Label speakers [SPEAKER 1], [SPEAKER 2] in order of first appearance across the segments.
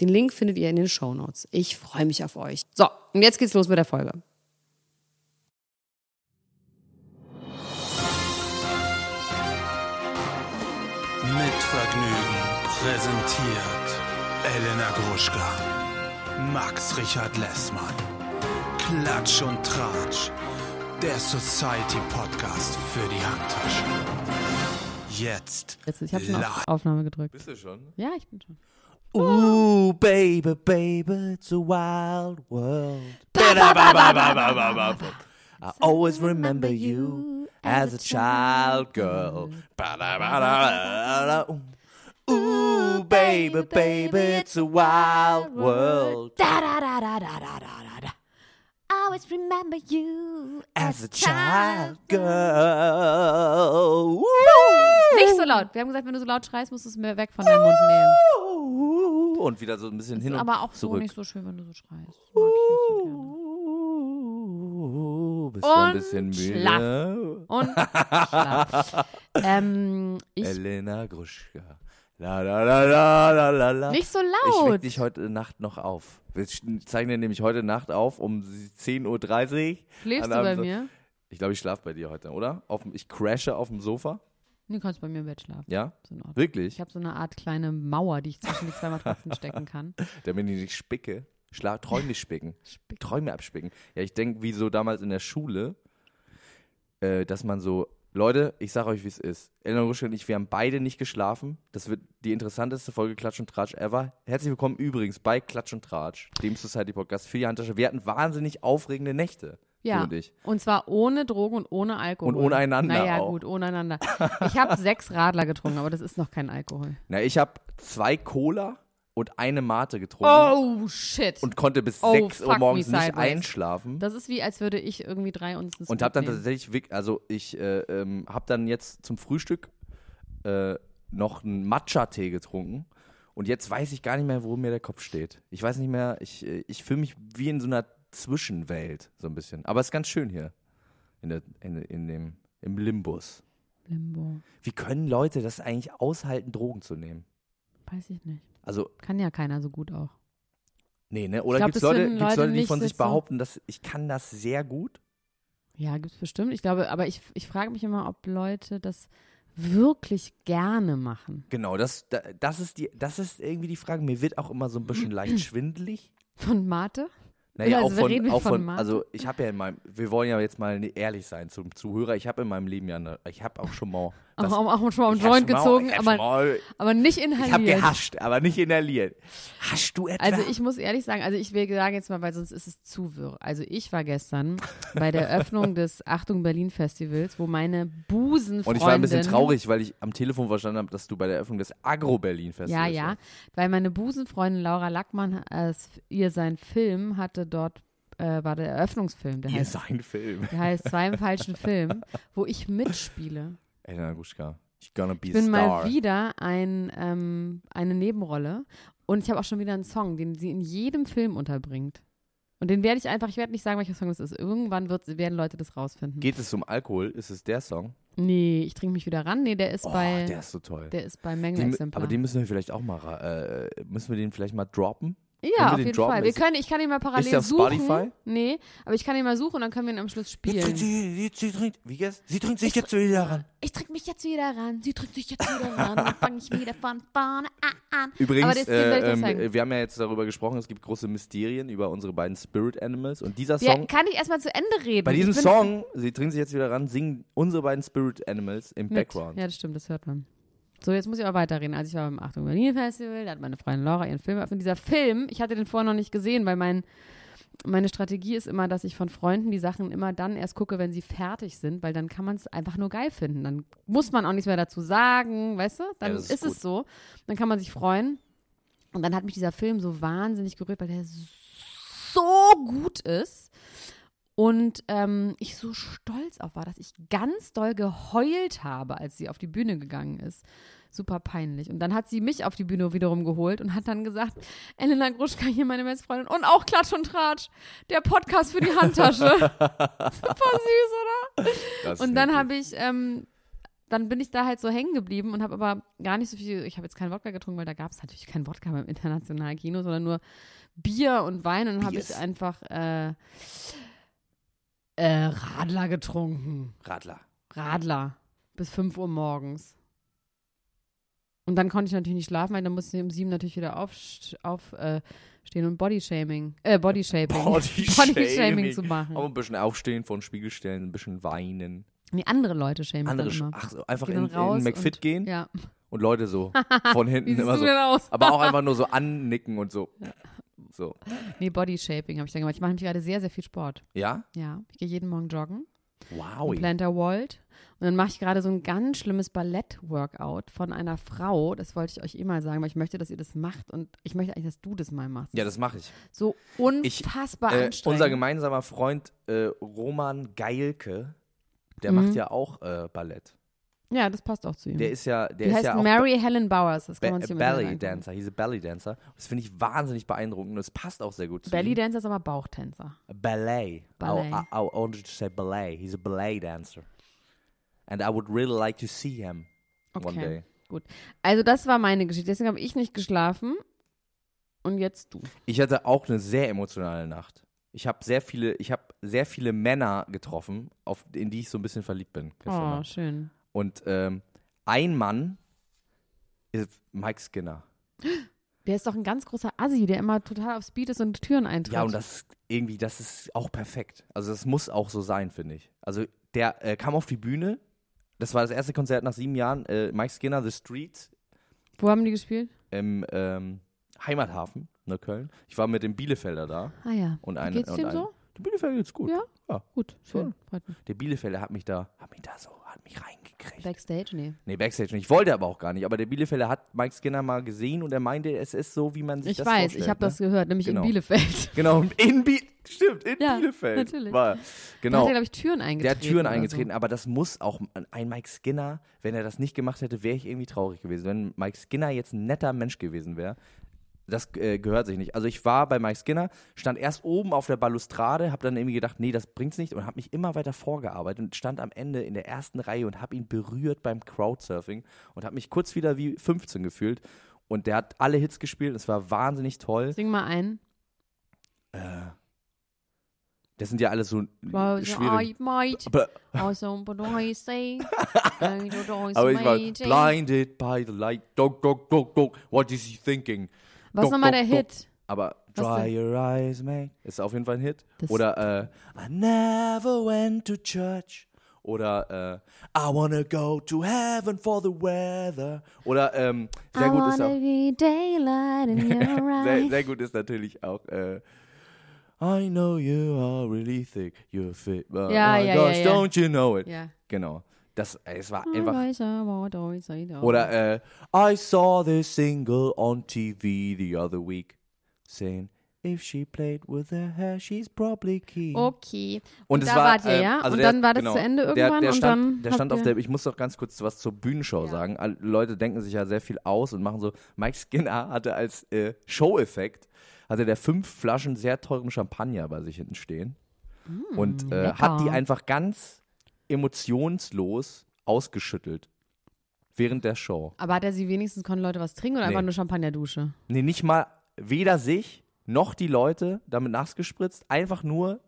[SPEAKER 1] Den Link findet ihr in den Shownotes. Ich freue mich auf euch. So, und jetzt geht's los mit der Folge.
[SPEAKER 2] Mit Vergnügen präsentiert Elena Gruschka, Max Richard Lessmann, Klatsch und Tratsch, der Society Podcast für die Handtasche. Jetzt.
[SPEAKER 1] Ich habe schon
[SPEAKER 2] live.
[SPEAKER 1] auf Aufnahme gedrückt.
[SPEAKER 3] Bist du schon?
[SPEAKER 1] Ja, ich bin schon.
[SPEAKER 4] Ooh, baby, baby, it's a wild world. I always remember you as a child girl. Ooh, baby, baby, it's a wild world.
[SPEAKER 5] Da da da da da da da da da. I always remember you
[SPEAKER 4] As a child girl.
[SPEAKER 1] Nicht so laut. Wir haben gesagt, wenn du so laut schreist, musst du es mir weg von deinem Mund nehmen.
[SPEAKER 4] Und wieder so ein bisschen hin und
[SPEAKER 1] Aber auch so
[SPEAKER 4] zurück.
[SPEAKER 1] nicht so schön, wenn du so schreist. Mag ich nicht so
[SPEAKER 4] Bist du
[SPEAKER 1] gerne.
[SPEAKER 4] ein bisschen
[SPEAKER 1] Und
[SPEAKER 4] müde?
[SPEAKER 1] schlaff. Und schlaff. ähm, ich,
[SPEAKER 4] Elena Gruschka. La la la la la la la.
[SPEAKER 1] nicht so
[SPEAKER 4] Ich
[SPEAKER 1] laut.
[SPEAKER 4] weck dich heute Nacht noch auf. Wir sch- zeichnen nämlich heute Nacht auf um 10.30 Uhr.
[SPEAKER 1] Schläfst du bei mir?
[SPEAKER 4] Ich glaube, ich schlafe bei dir heute, oder? Auf, dem- ich crashe auf dem Sofa.
[SPEAKER 1] Nee, Du kannst bei mir im Bett schlafen.
[SPEAKER 4] Ja?
[SPEAKER 1] Ist in Ordnung.
[SPEAKER 4] Wirklich?
[SPEAKER 1] Ich habe so eine Art kleine Mauer, die ich zwischen die zwei Matratzen stecken kann.
[SPEAKER 4] Damit ich nicht spicke. Schla Träume spicken. Träume abspicken. Ja, ich denke, wie so damals in der Schule, äh, dass man so, Leute, ich sage euch, wie es ist. Elena Ruschke und ich, wir haben beide nicht geschlafen. Das wird die interessanteste Folge Klatsch und Tratsch ever. Herzlich willkommen übrigens bei Klatsch und Tratsch, dem Society Podcast für die Handtasche. Wir hatten wahnsinnig aufregende Nächte.
[SPEAKER 1] Ja.
[SPEAKER 4] Du und ich.
[SPEAKER 1] zwar ohne Drogen und ohne Alkohol.
[SPEAKER 4] Und ohne einander
[SPEAKER 1] Naja,
[SPEAKER 4] auch.
[SPEAKER 1] gut, ohne einander. Ich habe sechs Radler getrunken, aber das ist noch kein Alkohol.
[SPEAKER 4] Na, ich habe zwei Cola und eine Mate getrunken
[SPEAKER 1] Oh, shit.
[SPEAKER 4] und konnte bis
[SPEAKER 1] Oh,
[SPEAKER 4] 6
[SPEAKER 1] fuck
[SPEAKER 4] Uhr
[SPEAKER 1] me
[SPEAKER 4] morgens nicht
[SPEAKER 1] sideways.
[SPEAKER 4] einschlafen.
[SPEAKER 1] das ist wie, als würde ich irgendwie drei uns ins
[SPEAKER 4] Und
[SPEAKER 1] Bett
[SPEAKER 4] habe dann
[SPEAKER 1] nehmen.
[SPEAKER 4] tatsächlich, wirk- also ich äh, ähm, habe dann jetzt zum Frühstück äh, noch einen Matcha-Tee getrunken. Und jetzt weiß ich gar nicht mehr, wo mir der Kopf steht. Ich weiß nicht mehr, ich, äh, ich fühle mich wie in so einer Zwischenwelt, so ein bisschen. Aber es ist ganz schön hier. In der, in, in dem, Im Limbus.
[SPEAKER 1] Limbo.
[SPEAKER 4] Wie können Leute das eigentlich aushalten, Drogen zu nehmen?
[SPEAKER 1] Weiß ich nicht.
[SPEAKER 4] Also,
[SPEAKER 1] Kann ja keiner so gut auch.
[SPEAKER 4] nee, ne? Oder
[SPEAKER 1] glaub,
[SPEAKER 4] gibt es
[SPEAKER 1] das
[SPEAKER 4] Leute,
[SPEAKER 1] finden
[SPEAKER 4] gibt's
[SPEAKER 1] Leute
[SPEAKER 4] Leute, die
[SPEAKER 1] nicht
[SPEAKER 4] von sich
[SPEAKER 1] jetzt so-
[SPEAKER 4] behaupten, dass ich kann das sehr gut?
[SPEAKER 1] Ja, gibt's bestimmt. Ich glaube, aber ich, ich frage mich immer, ob Leute das wirklich gerne machen.
[SPEAKER 4] Genau, das, da- das, ist die, das ist irgendwie die Frage. Mir wird auch immer so ein bisschen leicht schwindelig.
[SPEAKER 1] Von Mate?
[SPEAKER 4] Naja,
[SPEAKER 1] Also
[SPEAKER 4] auch
[SPEAKER 1] wir reden
[SPEAKER 4] von,
[SPEAKER 1] nicht
[SPEAKER 4] auch
[SPEAKER 1] von
[SPEAKER 4] von
[SPEAKER 1] Martin.
[SPEAKER 4] also ich habe ja in meinem, wir wollen ja jetzt mal ehrlich sein zum Zuhörer. Ich habe in meinem Leben ja, ne, ich habe auch schon mal, was,
[SPEAKER 1] Auch, auch, auch schon mal einen
[SPEAKER 4] ich hab
[SPEAKER 1] Joint
[SPEAKER 4] schon mal-
[SPEAKER 1] gezogen,
[SPEAKER 4] ich hab schon
[SPEAKER 1] aber,
[SPEAKER 4] mal,
[SPEAKER 1] aber nicht
[SPEAKER 4] ich habe
[SPEAKER 1] inhaliert.
[SPEAKER 4] gehascht, aber nicht inhaliert. Hast du etwa?
[SPEAKER 1] Also ich muss ehrlich sagen, also ich will sagen jetzt mal, weil sonst ist es zu wirr. Also ich war gestern bei der Öffnung des Achtung Berlin Festivals, wo meine Busenfreundin
[SPEAKER 4] und ich war ein bisschen traurig, weil ich am Telefon verstanden habe, dass du bei der Eröffnung des Agro Berlin
[SPEAKER 1] Ja,
[SPEAKER 4] Festivals
[SPEAKER 1] ja,
[SPEAKER 4] warst.
[SPEAKER 1] weil meine Busenfreundin Laura Lackmann, äh, ihr sein Film hatte dort, äh, war der Eröffnungsfilm, der
[SPEAKER 4] Ihr
[SPEAKER 1] heißt,
[SPEAKER 4] sein Film.
[SPEAKER 1] der heißt Zwei im falschen Film, wo ich mitspiele.
[SPEAKER 4] Elena Gruschka, ich gonna be
[SPEAKER 1] Ich
[SPEAKER 4] a
[SPEAKER 1] bin
[SPEAKER 4] star.
[SPEAKER 1] mal wieder ein, ähm, eine Nebenrolle und ich habe auch schon wieder einen Song, den sie in jedem Film unterbringt. Und den werde ich einfach, ich werde nicht sagen, welcher Song das ist. Irgendwann wird, werden Leute das rausfinden.
[SPEAKER 4] Geht es um Alkohol? Ist es der Song?
[SPEAKER 1] nee, ich trinke mich wieder ran. Nee, der ist
[SPEAKER 4] Oh,
[SPEAKER 1] bei
[SPEAKER 4] der ist so toll.
[SPEAKER 1] der ist bei
[SPEAKER 4] Den, aber
[SPEAKER 1] Mengenexemplar.
[SPEAKER 4] den müssen wir vielleicht auch mal, ra- äh, müssen wir den vielleicht mal droppen? können wir
[SPEAKER 1] Ja, auf
[SPEAKER 4] den
[SPEAKER 1] jeden
[SPEAKER 4] droppen?
[SPEAKER 1] Fall. Wir
[SPEAKER 4] Ist-
[SPEAKER 1] können, ich kann ihn mal parallel
[SPEAKER 4] ist der auf
[SPEAKER 1] suchen.
[SPEAKER 4] Spotify?
[SPEAKER 1] Nee, aber ich kann ihn mal suchen und dann können wir ihn am Schluss
[SPEAKER 4] Jetzt trinkt
[SPEAKER 1] spielen.
[SPEAKER 4] sie, sie, sie trinkt, wie geht's? Sie trinkt sich jetzt wieder ran.
[SPEAKER 5] Ich trinke mich jetzt wieder ran, sie trinkt sich jetzt wieder ran, dann fange ich wieder von vorne an.
[SPEAKER 1] Aber
[SPEAKER 4] Übrigens,
[SPEAKER 1] das- den will ich
[SPEAKER 4] äh,
[SPEAKER 1] noch
[SPEAKER 4] ähm,
[SPEAKER 1] zeigen.
[SPEAKER 4] wir haben ja jetzt darüber gesprochen, es gibt große Mysterien über unsere beiden Spirit Animals und dieser
[SPEAKER 1] Ja,
[SPEAKER 4] Song,
[SPEAKER 1] kann ich erstmal zu Ende reden?
[SPEAKER 4] bei diesem
[SPEAKER 1] ich bin-
[SPEAKER 4] Song, sie trinkt sich jetzt wieder ran, singen unsere beiden Spirit Animals im
[SPEAKER 1] Mit.
[SPEAKER 4] Background.
[SPEAKER 1] Ja, das stimmt, das hört man. So, jetzt muss ich aber weiterreden. Also ich war beim Achtung Berlin Festival, da hat meine Freundin Laura ihren Film eröffnet. Dieser Film, ich hatte den vorher noch nicht gesehen, weil mein Meine Strategie ist immer, dass ich von Freunden die Sachen immer dann erst gucke, wenn sie fertig sind, weil dann kann man es einfach nur geil finden. Dann muss man auch nichts mehr dazu sagen, weißt du? Dann
[SPEAKER 4] Ja, das
[SPEAKER 1] ist,
[SPEAKER 4] ist gut.
[SPEAKER 1] es so. Dann kann man sich freuen. Und dann hat mich dieser Film so wahnsinnig gerührt, weil der so gut ist. Und ähm, ich so stolz auf war, dass ich ganz doll geheult habe, als sie auf die Bühne gegangen ist. Super peinlich. Und dann hat sie mich auf die Bühne wiederum geholt und hat dann gesagt, Elena Gruschka, hier meine beste Freundin. Und auch Klatsch und Tratsch, der Podcast für die Handtasche. Super süß,
[SPEAKER 4] Das
[SPEAKER 1] und dann habe ich, ähm, dann bin ich da halt so hängen geblieben und habe aber gar nicht so viel, ich habe jetzt keinen Wodka getrunken, weil da gab es natürlich keinen Wodka beim internationalen Kino, sondern nur Bier und Wein und dann habe ich
[SPEAKER 4] Biers.
[SPEAKER 1] einfach äh, äh, Radler getrunken.
[SPEAKER 4] Radler.
[SPEAKER 1] Radler bis 5 Uhr morgens. Und dann konnte ich natürlich nicht schlafen, weil dann musste ich um sieben natürlich wieder aufstehen auf, äh, stehen und Bodyshaming, äh, Bodyshaping.
[SPEAKER 4] Bodyshaming.
[SPEAKER 1] Bodyshaming zu machen.
[SPEAKER 4] Auch ein bisschen aufstehen, vor den Spiegel stellen, ein bisschen weinen.
[SPEAKER 1] Nee, andere Leute shamen
[SPEAKER 4] Andere,
[SPEAKER 1] dann
[SPEAKER 4] Sch-
[SPEAKER 1] immer.
[SPEAKER 4] ach so, einfach
[SPEAKER 1] Geh
[SPEAKER 4] in,
[SPEAKER 1] dann raus
[SPEAKER 4] in McFit
[SPEAKER 1] und-
[SPEAKER 4] gehen
[SPEAKER 1] Ja.
[SPEAKER 4] und Leute so von
[SPEAKER 1] Wie
[SPEAKER 4] hinten
[SPEAKER 1] siehst
[SPEAKER 4] immer
[SPEAKER 1] du
[SPEAKER 4] so.
[SPEAKER 1] denn aus?
[SPEAKER 4] Aber auch einfach nur so annicken und so. So.
[SPEAKER 1] Nee, Bodyshaping habe ich dann gemacht. Ich mache nämlich gerade sehr, sehr viel Sport.
[SPEAKER 4] Ja?
[SPEAKER 1] Ja, ich gehe jeden Morgen joggen.
[SPEAKER 4] Wow.
[SPEAKER 1] Planter Wald. Und dann mache ich gerade so ein ganz schlimmes Ballett-Workout von einer Frau. Das wollte ich euch eh mal sagen, weil ich möchte, dass ihr das macht. Und ich möchte eigentlich, dass du das mal machst.
[SPEAKER 4] Ja, das mache ich.
[SPEAKER 1] so
[SPEAKER 4] Ich,
[SPEAKER 1] unfassbar
[SPEAKER 4] Äh,
[SPEAKER 1] anstrengend.
[SPEAKER 4] unser gemeinsamer Freund äh, Roman Geilke, der
[SPEAKER 1] Mhm.
[SPEAKER 4] macht ja auch äh, Ballett.
[SPEAKER 1] ja, das passt auch zu ihm.
[SPEAKER 4] Der ist ja, der
[SPEAKER 1] Die
[SPEAKER 4] ist
[SPEAKER 1] heißt
[SPEAKER 4] ja auch
[SPEAKER 1] Mary Helen Bowers. Das kann
[SPEAKER 4] Ba
[SPEAKER 1] man sich im
[SPEAKER 4] Belly
[SPEAKER 1] Internet angucken.
[SPEAKER 4] Dancer, hieß Belly Dancer. Das finde ich wahnsinnig beeindruckend und das passt auch sehr gut zu
[SPEAKER 1] Belly
[SPEAKER 4] ihm.
[SPEAKER 1] Dancer ist aber Bauchtänzer.
[SPEAKER 4] Ballet. Oh, ah,
[SPEAKER 1] Ballet.
[SPEAKER 4] I, I, I wanted to say ballet. He's a ballet dancer. And I would really like to see him one
[SPEAKER 1] Okay.
[SPEAKER 4] day.
[SPEAKER 1] Gut. Also das war meine Geschichte. Deswegen habe ich nicht geschlafen. Und jetzt du.
[SPEAKER 4] Ich hatte auch eine sehr emotionale Nacht. Ich habe sehr viele, ich habe sehr viele Männer getroffen, auf, in die ich so ein bisschen verliebt bin. gestern
[SPEAKER 1] Oh,
[SPEAKER 4] Nacht.
[SPEAKER 1] schön.
[SPEAKER 4] Und ähm, ein Mann ist Mike Skinner.
[SPEAKER 1] Der ist doch ein ganz großer Assi, der immer total auf Speed ist und Türen eintritt.
[SPEAKER 4] Ja, und das irgendwie, das ist auch perfekt. Also das muss auch so sein, finde ich. Also der äh, kam auf die Bühne. Das war das erste Konzert nach sieben Jahren. Äh, Mike Skinner, The Street
[SPEAKER 1] Wo haben die gespielt?
[SPEAKER 4] im ähm, Heimathafen, Neukölln. Ich war mit dem Bielefelder da.
[SPEAKER 1] Ah ja.
[SPEAKER 4] Und
[SPEAKER 1] Wie
[SPEAKER 4] eine,
[SPEAKER 1] geht's
[SPEAKER 4] und
[SPEAKER 1] dem
[SPEAKER 4] eine.
[SPEAKER 1] so?
[SPEAKER 4] Dem Bielefelder geht's gut.
[SPEAKER 1] Ja?
[SPEAKER 4] ja.
[SPEAKER 1] Gut, schön.
[SPEAKER 4] schön.
[SPEAKER 1] Freut mich.
[SPEAKER 4] Der Bielefelder hat mich da, hat mich da so, hat mich reingekriegt.
[SPEAKER 1] Backstage? Nee.
[SPEAKER 4] nee, Backstage nicht. Ich wollte aber auch gar nicht. Aber der Bielefelder hat Mike Skinner mal gesehen und er meinte, es ist so, wie man sich
[SPEAKER 1] Ich
[SPEAKER 4] das
[SPEAKER 1] weiß,
[SPEAKER 4] vorstellt.
[SPEAKER 1] ich habe
[SPEAKER 4] ne?
[SPEAKER 1] das gehört, nämlich
[SPEAKER 4] Genau.
[SPEAKER 1] in Bielefeld.
[SPEAKER 4] Genau, in Bielefeld. Stimmt, in
[SPEAKER 1] Ja,
[SPEAKER 4] Bielefeld.
[SPEAKER 1] natürlich.
[SPEAKER 4] War,
[SPEAKER 1] Da
[SPEAKER 4] genau.
[SPEAKER 1] hat er, glaube ich, Türen
[SPEAKER 4] Der
[SPEAKER 1] eingetreten.
[SPEAKER 4] hat Türen
[SPEAKER 1] oder so.
[SPEAKER 4] eingetreten, aber das muss auch ein Mike Skinner, wenn er das nicht gemacht hätte, wäre ich irgendwie traurig gewesen. Wenn Mike Skinner jetzt ein netter Mensch gewesen wäre, das äh, gehört sich nicht. Also ich war bei Mike Skinner, stand erst oben auf der Balustrade, habe dann irgendwie gedacht, nee, das bringt's nicht und habe mich immer weiter vorgearbeitet und stand am Ende in der ersten Reihe und habe ihn berührt beim Crowdsurfing und habe mich kurz wieder wie 15 gefühlt und der hat alle Hits gespielt, es war wahnsinnig toll. Äh,
[SPEAKER 1] Sing mal ein.
[SPEAKER 4] Das sind ja alles so äh, schwierig.
[SPEAKER 5] I might
[SPEAKER 4] Aber,
[SPEAKER 5] also but I say and what I
[SPEAKER 4] Aber ich war
[SPEAKER 5] say.
[SPEAKER 4] blinded by the light. Dog, dog, dog, dog. What is he thinking?
[SPEAKER 1] Was
[SPEAKER 4] Dog,
[SPEAKER 1] nochmal
[SPEAKER 4] dog,
[SPEAKER 1] der
[SPEAKER 4] dog.
[SPEAKER 1] Hit?
[SPEAKER 4] Aber
[SPEAKER 1] Was
[SPEAKER 4] Dry
[SPEAKER 1] denn?
[SPEAKER 4] Your Eyes, man. Ist auf jeden Fall ein Hit.
[SPEAKER 1] Das-
[SPEAKER 4] Oder äh, I never went to church. Oder äh, I wanna go to heaven for the weather. Oder ähm, sehr
[SPEAKER 5] I
[SPEAKER 4] gut ist auch.
[SPEAKER 5] wanna be daylight in your
[SPEAKER 4] Sehr,
[SPEAKER 5] eyes.
[SPEAKER 4] sehr gut ist natürlich auch. Äh, I know you are really thick, you're fit, but
[SPEAKER 1] Ja,
[SPEAKER 4] my
[SPEAKER 1] ja, ja,
[SPEAKER 4] gosh,
[SPEAKER 1] ja.
[SPEAKER 4] don't you know it?
[SPEAKER 1] Ja.
[SPEAKER 4] Genau. Das, es war
[SPEAKER 5] I
[SPEAKER 4] einfach
[SPEAKER 5] wish I would always say that.
[SPEAKER 4] Oder äh, I saw this single on TV the other week, saying if she played with her hair, she's probably keen.
[SPEAKER 1] Okay.
[SPEAKER 4] Hm. Und äh,
[SPEAKER 1] da wart ihr, ja? Und dann war das zu Ende irgendwann
[SPEAKER 4] also genau, Der, der
[SPEAKER 1] und
[SPEAKER 4] stand,
[SPEAKER 1] dann
[SPEAKER 4] der
[SPEAKER 1] habt
[SPEAKER 4] stand auf
[SPEAKER 1] ihr-
[SPEAKER 4] der. Ich muss doch ganz kurz was zur Bühnenshow sagen. Alle Leute denken sich ja sehr viel aus und machen so. Mike Skinner hatte als äh, Show-Effekt hatte der fünf Flaschen sehr teuren Champagner bei sich hinten stehen und äh, hat die
[SPEAKER 1] Hm, lecker.
[SPEAKER 4] einfach ganz emotionslos ausgeschüttelt während der Show.
[SPEAKER 1] Aber hat er sie wenigstens, konnten Leute was trinken oder einfach
[SPEAKER 4] Nee.
[SPEAKER 1] nur Champagnerdusche?
[SPEAKER 4] Nee, nicht mal weder sich noch die Leute damit nachgespritzt. Einfach nur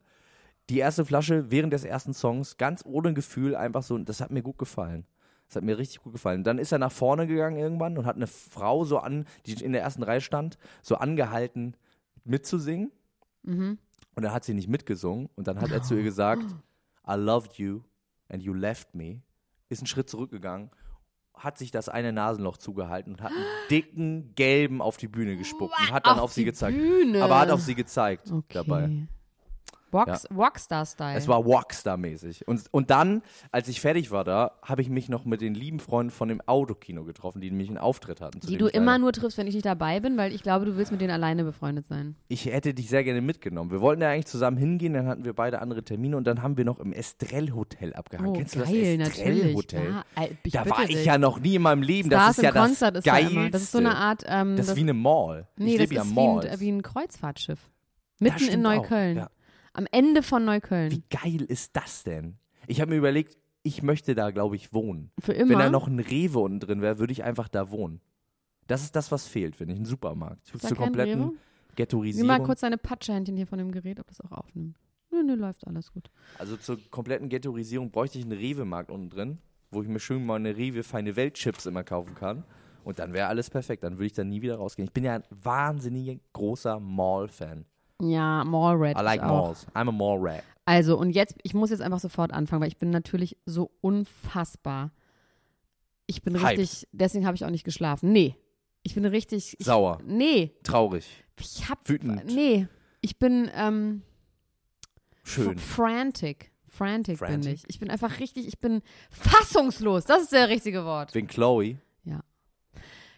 [SPEAKER 4] die erste Flasche während des ersten Songs, ganz ohne Gefühl, einfach so. Und Das hat mir gut gefallen. Das hat mir richtig gut gefallen. Dann ist er nach vorne gegangen irgendwann und hat eine Frau so an, die in der ersten Reihe stand, so angehalten mitzusingen.
[SPEAKER 1] Mhm.
[SPEAKER 4] Und dann hat sie nicht mitgesungen. Und dann hat er
[SPEAKER 1] Oh.
[SPEAKER 4] zu ihr gesagt, I loved you and you left me. Ist einen Schritt zurückgegangen hat sich das eine Nasenloch zugehalten und hat einen dicken gelben auf die Bühne gespuckt und hat dann auf,
[SPEAKER 1] Auf
[SPEAKER 4] sie
[SPEAKER 1] die
[SPEAKER 4] gezeigt.
[SPEAKER 1] Bühne.
[SPEAKER 4] Aber hat auf sie gezeigt
[SPEAKER 1] Okay.
[SPEAKER 4] dabei.
[SPEAKER 1] Walks, Rockstar-Style.
[SPEAKER 4] Es war Walkstar-mäßig. Und, und dann, als ich fertig war da, habe ich mich noch mit den lieben Freunden von dem Autokino getroffen, die nämlich einen Auftritt hatten. zu
[SPEAKER 1] die
[SPEAKER 4] dem
[SPEAKER 1] du
[SPEAKER 4] ich leider-
[SPEAKER 1] immer nur triffst, wenn ich nicht dabei bin, weil ich glaube, du willst mit denen alleine befreundet sein.
[SPEAKER 4] ich hätte dich sehr gerne mitgenommen. Wir wollten ja eigentlich zusammen hingehen, dann hatten wir beide andere Termine und dann haben wir noch im Estrell Hotel abgehangen.
[SPEAKER 1] Oh,
[SPEAKER 4] Kennst
[SPEAKER 1] geil,
[SPEAKER 4] du das Estrell
[SPEAKER 1] natürlich,
[SPEAKER 4] Hotel?
[SPEAKER 1] ja. Al- ich
[SPEAKER 4] da
[SPEAKER 1] bitte
[SPEAKER 4] war ich
[SPEAKER 1] dich.
[SPEAKER 4] ja noch nie in meinem Leben.
[SPEAKER 1] Stars
[SPEAKER 4] das ist ja
[SPEAKER 1] im Konzert
[SPEAKER 4] das
[SPEAKER 1] ist da
[SPEAKER 4] geilste.
[SPEAKER 1] immer. Das ist so eine Art. Ähm,
[SPEAKER 4] Das ist wie eine Mall.
[SPEAKER 1] nee,
[SPEAKER 4] ich
[SPEAKER 1] das
[SPEAKER 4] lebe ja
[SPEAKER 1] ist wie
[SPEAKER 4] Malls.
[SPEAKER 1] ein, äh, wie ein Kreuzfahrtschiff.
[SPEAKER 4] Das
[SPEAKER 1] Mitten in
[SPEAKER 4] stimmt auch,
[SPEAKER 1] Neukölln.
[SPEAKER 4] ja.
[SPEAKER 1] Am Ende von Neukölln.
[SPEAKER 4] Wie geil ist das denn? Ich habe mir überlegt, ich möchte da, glaube ich, wohnen.
[SPEAKER 1] Für
[SPEAKER 4] Wenn da
[SPEAKER 1] immer.
[SPEAKER 4] noch ein Rewe unten drin wäre, würde ich einfach da wohnen. Das ist das, was fehlt, finde ich. Ein Supermarkt.
[SPEAKER 1] da
[SPEAKER 4] Zur
[SPEAKER 1] kein Rewe?
[SPEAKER 4] kompletten
[SPEAKER 1] Nimm mal
[SPEAKER 4] Ghettoisierung.
[SPEAKER 1] kurz deine Patschehändchen hier von dem Gerät, ob das auch aufnimmt. Nö, nö, läuft alles gut.
[SPEAKER 4] Also zur kompletten Ghettoisierung bräuchte ich einen Rewe-Markt unten drin, wo ich mir schön mal eine Rewe feine Weltchips immer kaufen kann. Und dann wäre alles perfekt. Dann würde ich da nie wieder rausgehen. Ich bin ja ein wahnsinnig großer Mall-Fan.
[SPEAKER 1] Ja, Mallrat.
[SPEAKER 4] I like
[SPEAKER 1] ist auch.
[SPEAKER 4] malls. I'm a mall rat.
[SPEAKER 1] Also, und jetzt, ich muss jetzt einfach sofort anfangen, weil ich bin natürlich so unfassbar. Ich bin
[SPEAKER 4] Hyped.
[SPEAKER 1] richtig, deswegen habe ich auch nicht geschlafen. Nee. Ich bin richtig. Ich,
[SPEAKER 4] Sauer.
[SPEAKER 1] Nee.
[SPEAKER 4] Traurig.
[SPEAKER 1] Ich hab.
[SPEAKER 4] Wütend.
[SPEAKER 1] Nee. Ich bin ähm,
[SPEAKER 4] Schön.
[SPEAKER 1] fr- frantic. Frantic bin
[SPEAKER 4] Frantic?
[SPEAKER 1] ich. Ich bin einfach richtig, ich bin fassungslos. Das ist der richtige Wort.
[SPEAKER 4] Wegen Chloe.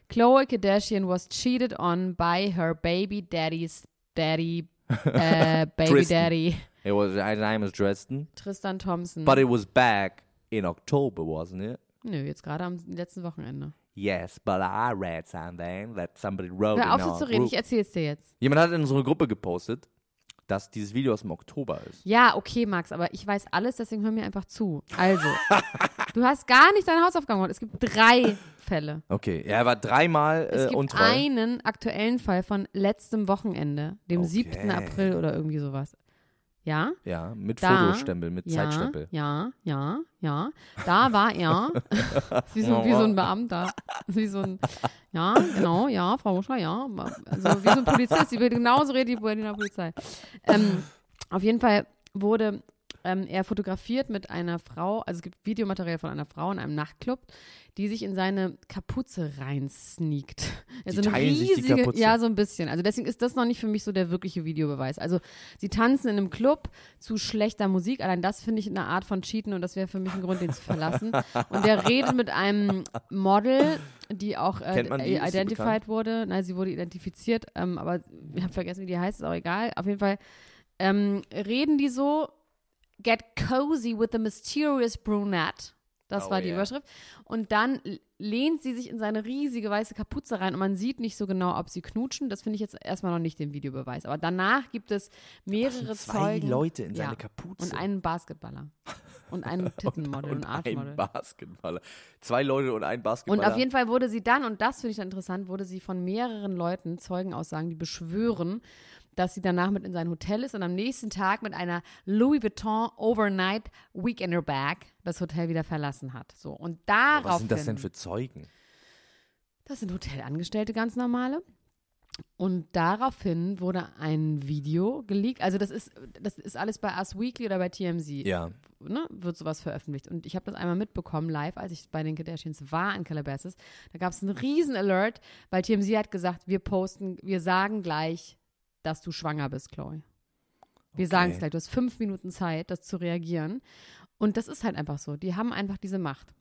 [SPEAKER 1] Chloe Kardashian was cheated on by her baby daddy's daddy, äh, baby
[SPEAKER 4] Tristan.
[SPEAKER 1] daddy,
[SPEAKER 4] It was, his name is Dresden.
[SPEAKER 1] Tristan Thompson.
[SPEAKER 4] But it was back in October, wasn't it?
[SPEAKER 1] Nö, jetzt gerade am letzten Wochenende.
[SPEAKER 4] Yes, but I read something that somebody wrote in
[SPEAKER 1] Hör auf,
[SPEAKER 4] our
[SPEAKER 1] so zu reden,
[SPEAKER 4] group.
[SPEAKER 1] ich erzähl's dir jetzt.
[SPEAKER 4] Jemand hat in unsere Gruppe gepostet, dass dieses Video aus dem Oktober ist.
[SPEAKER 1] Ja, okay, Max, aber ich weiß alles, deswegen hör mir einfach zu. Also, du hast gar nicht deine Hausaufgaben gemacht. Es gibt drei Fälle.
[SPEAKER 4] Okay, ja, er war dreimal
[SPEAKER 1] Es
[SPEAKER 4] äh,
[SPEAKER 1] gibt
[SPEAKER 4] untreu.
[SPEAKER 1] einen aktuellen Fall von letztem Wochenende, dem
[SPEAKER 4] Okay.
[SPEAKER 1] 7. April oder irgendwie sowas. Ja?
[SPEAKER 4] ja, mit
[SPEAKER 1] Da-
[SPEAKER 4] Fotostempel, mit
[SPEAKER 1] Ja,
[SPEAKER 4] Zeitstempel.
[SPEAKER 1] ja, ja, ja. Da war er. wie, so, wie so ein Beamter. Wie so ein, ja, genau, ja, Frau Uscher, ja. Also wie so ein Polizist. Die will genauso reden wie die Berliner Polizei. Ähm, auf jeden Fall wurde ähm, er fotografiert mit einer Frau, also es gibt Videomaterial von einer Frau in einem Nachtclub, die sich in seine Kapuze reinsneakt. Also eine
[SPEAKER 4] teilen sich die Kapuze.
[SPEAKER 1] ja, so ein bisschen. Also deswegen ist das noch nicht für mich so der wirkliche Videobeweis. Also sie tanzen in einem Club zu schlechter Musik. Allein das finde ich eine Art von Cheaten und das wäre für mich ein Grund, den zu verlassen. Und er redet mit einem Model, die auch äh,
[SPEAKER 4] Kennt man die? Ist sie
[SPEAKER 1] identified
[SPEAKER 4] bekannt?
[SPEAKER 1] wurde. Nein, sie wurde identifiziert, ähm, aber ich habe vergessen, wie die heißt, ist auch egal. Auf jeden Fall ähm, reden die so, get cozy with the mysterious brunette. Das
[SPEAKER 4] Oh,
[SPEAKER 1] war die
[SPEAKER 4] yeah.
[SPEAKER 1] Überschrift. Und dann l- lehnt sie sich in seine riesige weiße Kapuze rein und man sieht nicht so genau, ob sie knutschen. Das finde ich jetzt erstmal noch nicht den Videobeweis. Aber danach gibt es mehrere
[SPEAKER 4] Das sind zwei
[SPEAKER 1] Zeugen.
[SPEAKER 4] Leute in
[SPEAKER 1] Ja.
[SPEAKER 4] seine Kapuze.
[SPEAKER 1] Und einen Basketballer. Und einen Tittenmodel und,
[SPEAKER 4] und ein
[SPEAKER 1] Arschmodel.
[SPEAKER 4] Basketballer. Zwei Leute und ein
[SPEAKER 1] Und
[SPEAKER 4] Basketballer.
[SPEAKER 1] auf jeden Fall wurde sie dann, und das finde ich dann interessant, wurde sie von mehreren Leuten Zeugenaussagen, die beschwören, dass sie danach mit in sein Hotel ist und am nächsten Tag mit einer Louis Vuitton Overnight Weekender Bag das Hotel wieder verlassen hat. So und darauf.
[SPEAKER 4] Was sind das denn für Zeugen?
[SPEAKER 1] Das sind Hotelangestellte, ganz normale. Und daraufhin wurde ein Video geleakt. Also das ist, das ist alles bei Us Weekly oder bei TMZ
[SPEAKER 4] Ja.
[SPEAKER 1] ne, wird sowas veröffentlicht. Und ich habe das einmal mitbekommen live, als ich bei den Kardashians war in Calabasas. Da gab es einen riesen Alert, weil TMZ hat gesagt, wir posten, wir sagen gleich, dass du schwanger bist, Chloe.
[SPEAKER 4] Okay.
[SPEAKER 1] Wir sagen es gleich. Du hast fünf Minuten Zeit, das zu reagieren. Und das ist halt einfach so. Die haben einfach diese Macht.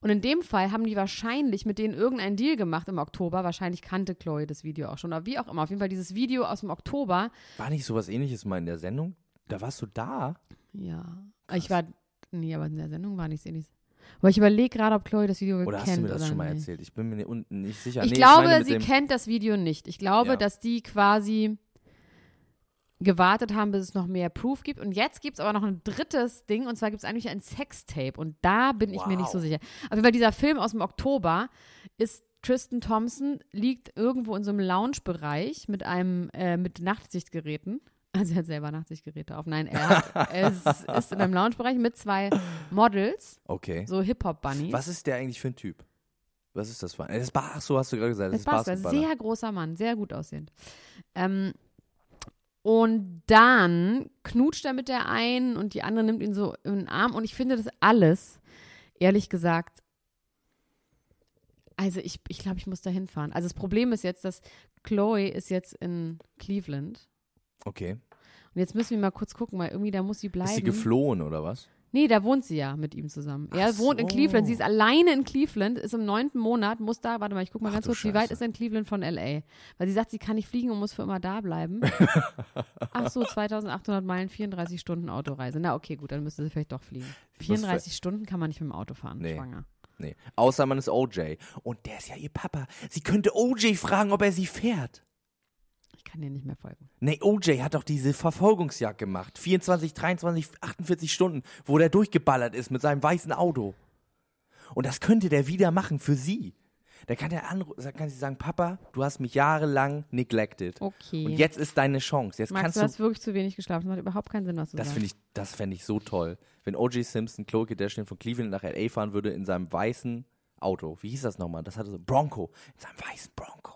[SPEAKER 1] Und in dem Fall haben die wahrscheinlich mit denen irgendeinen Deal gemacht im Oktober. Wahrscheinlich kannte Chloe das Video auch schon. Oder wie auch immer. Auf jeden Fall dieses Video aus dem Oktober
[SPEAKER 4] War nicht sowas ähnliches mal in der Sendung? Da warst du da?
[SPEAKER 1] Ja.
[SPEAKER 4] Krass.
[SPEAKER 1] Ich war, nee, aber in der Sendung war nichts ähnliches. Aber ich überlege gerade, ob Chloe das Video
[SPEAKER 4] Oder
[SPEAKER 1] kennt
[SPEAKER 4] hast du mir das
[SPEAKER 1] oder
[SPEAKER 4] schon mal
[SPEAKER 1] nicht.
[SPEAKER 4] erzählt? Ich bin mir ni- unten nicht sicher.
[SPEAKER 1] ich
[SPEAKER 4] nee,
[SPEAKER 1] glaube,
[SPEAKER 4] ich meine mit
[SPEAKER 1] sie
[SPEAKER 4] dem,
[SPEAKER 1] kennt das Video nicht. Ich glaube,
[SPEAKER 4] Ja.
[SPEAKER 1] dass die quasi gewartet haben, bis es noch mehr Proof gibt. Und jetzt gibt es aber noch ein drittes Ding, und zwar gibt es eigentlich ein Sextape. Und da bin ich mir nicht so
[SPEAKER 4] Wow.
[SPEAKER 1] sicher. Aber bei dieser Film aus dem Oktober ist Tristan Thompson, liegt irgendwo in so einem Lounge-Bereich mit einem, äh, mit Nachtsichtgeräten. Also er hat selber Nachtsichtgeräte auf. Nein, er, hat, er ist, ist in einem Lounge-Bereich mit zwei Models,
[SPEAKER 4] Okay.
[SPEAKER 1] so Hip-Hop-Bunnies.
[SPEAKER 4] Was ist der eigentlich für ein Typ? Was ist das für ein? Das ist, ach so, hast du gerade gesagt. Das
[SPEAKER 1] Das
[SPEAKER 4] Also ist
[SPEAKER 1] Basketball.
[SPEAKER 4] Basketballer.
[SPEAKER 1] Sehr großer Mann, sehr gut aussehend. Ähm, und dann knutscht er mit der einen und die andere nimmt ihn so in den Arm. Und ich finde das alles, ehrlich gesagt, also ich, ich glaube, ich muss da hinfahren. Also das Problem ist jetzt, dass Chloe ist jetzt in Cleveland.
[SPEAKER 4] okay.
[SPEAKER 1] Und jetzt müssen wir mal kurz gucken, weil irgendwie da muss sie bleiben.
[SPEAKER 4] Ist sie geflohen oder was?
[SPEAKER 1] Nee, da wohnt sie ja mit ihm zusammen. Er
[SPEAKER 4] Ach
[SPEAKER 1] wohnt in
[SPEAKER 4] so.
[SPEAKER 1] Cleveland. Sie ist alleine in Cleveland, ist im neunten Monat, muss da, warte mal, ich guck mal
[SPEAKER 4] Ach
[SPEAKER 1] ganz
[SPEAKER 4] du
[SPEAKER 1] kurz, wie weit
[SPEAKER 4] Scheiße.
[SPEAKER 1] ist denn Cleveland von L.A.? Weil sie sagt, sie kann nicht fliegen und muss für immer da bleiben. Ach so, 2800 Meilen, 34 Stunden Autoreise. Na okay, gut, dann müsste sie vielleicht doch fliegen.
[SPEAKER 4] muss
[SPEAKER 1] 34 Stunden kann man nicht mit dem Auto fahren,
[SPEAKER 4] Nee.
[SPEAKER 1] schwanger.
[SPEAKER 4] Nee. Außer man ist OJ. Und der ist ja ihr Papa. Sie könnte OJ fragen, ob er sie fährt.
[SPEAKER 1] Ich kann dir nicht mehr folgen.
[SPEAKER 4] Nee, OJ hat doch diese Verfolgungsjagd gemacht. 24, 23, 48 Stunden, wo der durchgeballert ist mit seinem weißen Auto. Und das könnte der wieder machen für sie. Da kann, der anru- sa- kann sie sagen, Papa, du hast mich jahrelang neglected.
[SPEAKER 1] Okay.
[SPEAKER 4] Und jetzt ist deine Chance. Jetzt
[SPEAKER 1] Max, du
[SPEAKER 4] kannst
[SPEAKER 1] hast wirklich zu wenig geschlafen. Das macht überhaupt keinen Sinn, was du
[SPEAKER 4] Das
[SPEAKER 1] sagst.
[SPEAKER 4] finde ich, das fände ich so toll. Wenn O.J. Simpson, Chloe Kardashian von Cleveland nach L.A. fahren würde in seinem weißen Auto. Wie hieß das nochmal? Das hatte so Bronco. In seinem weißen Bronco.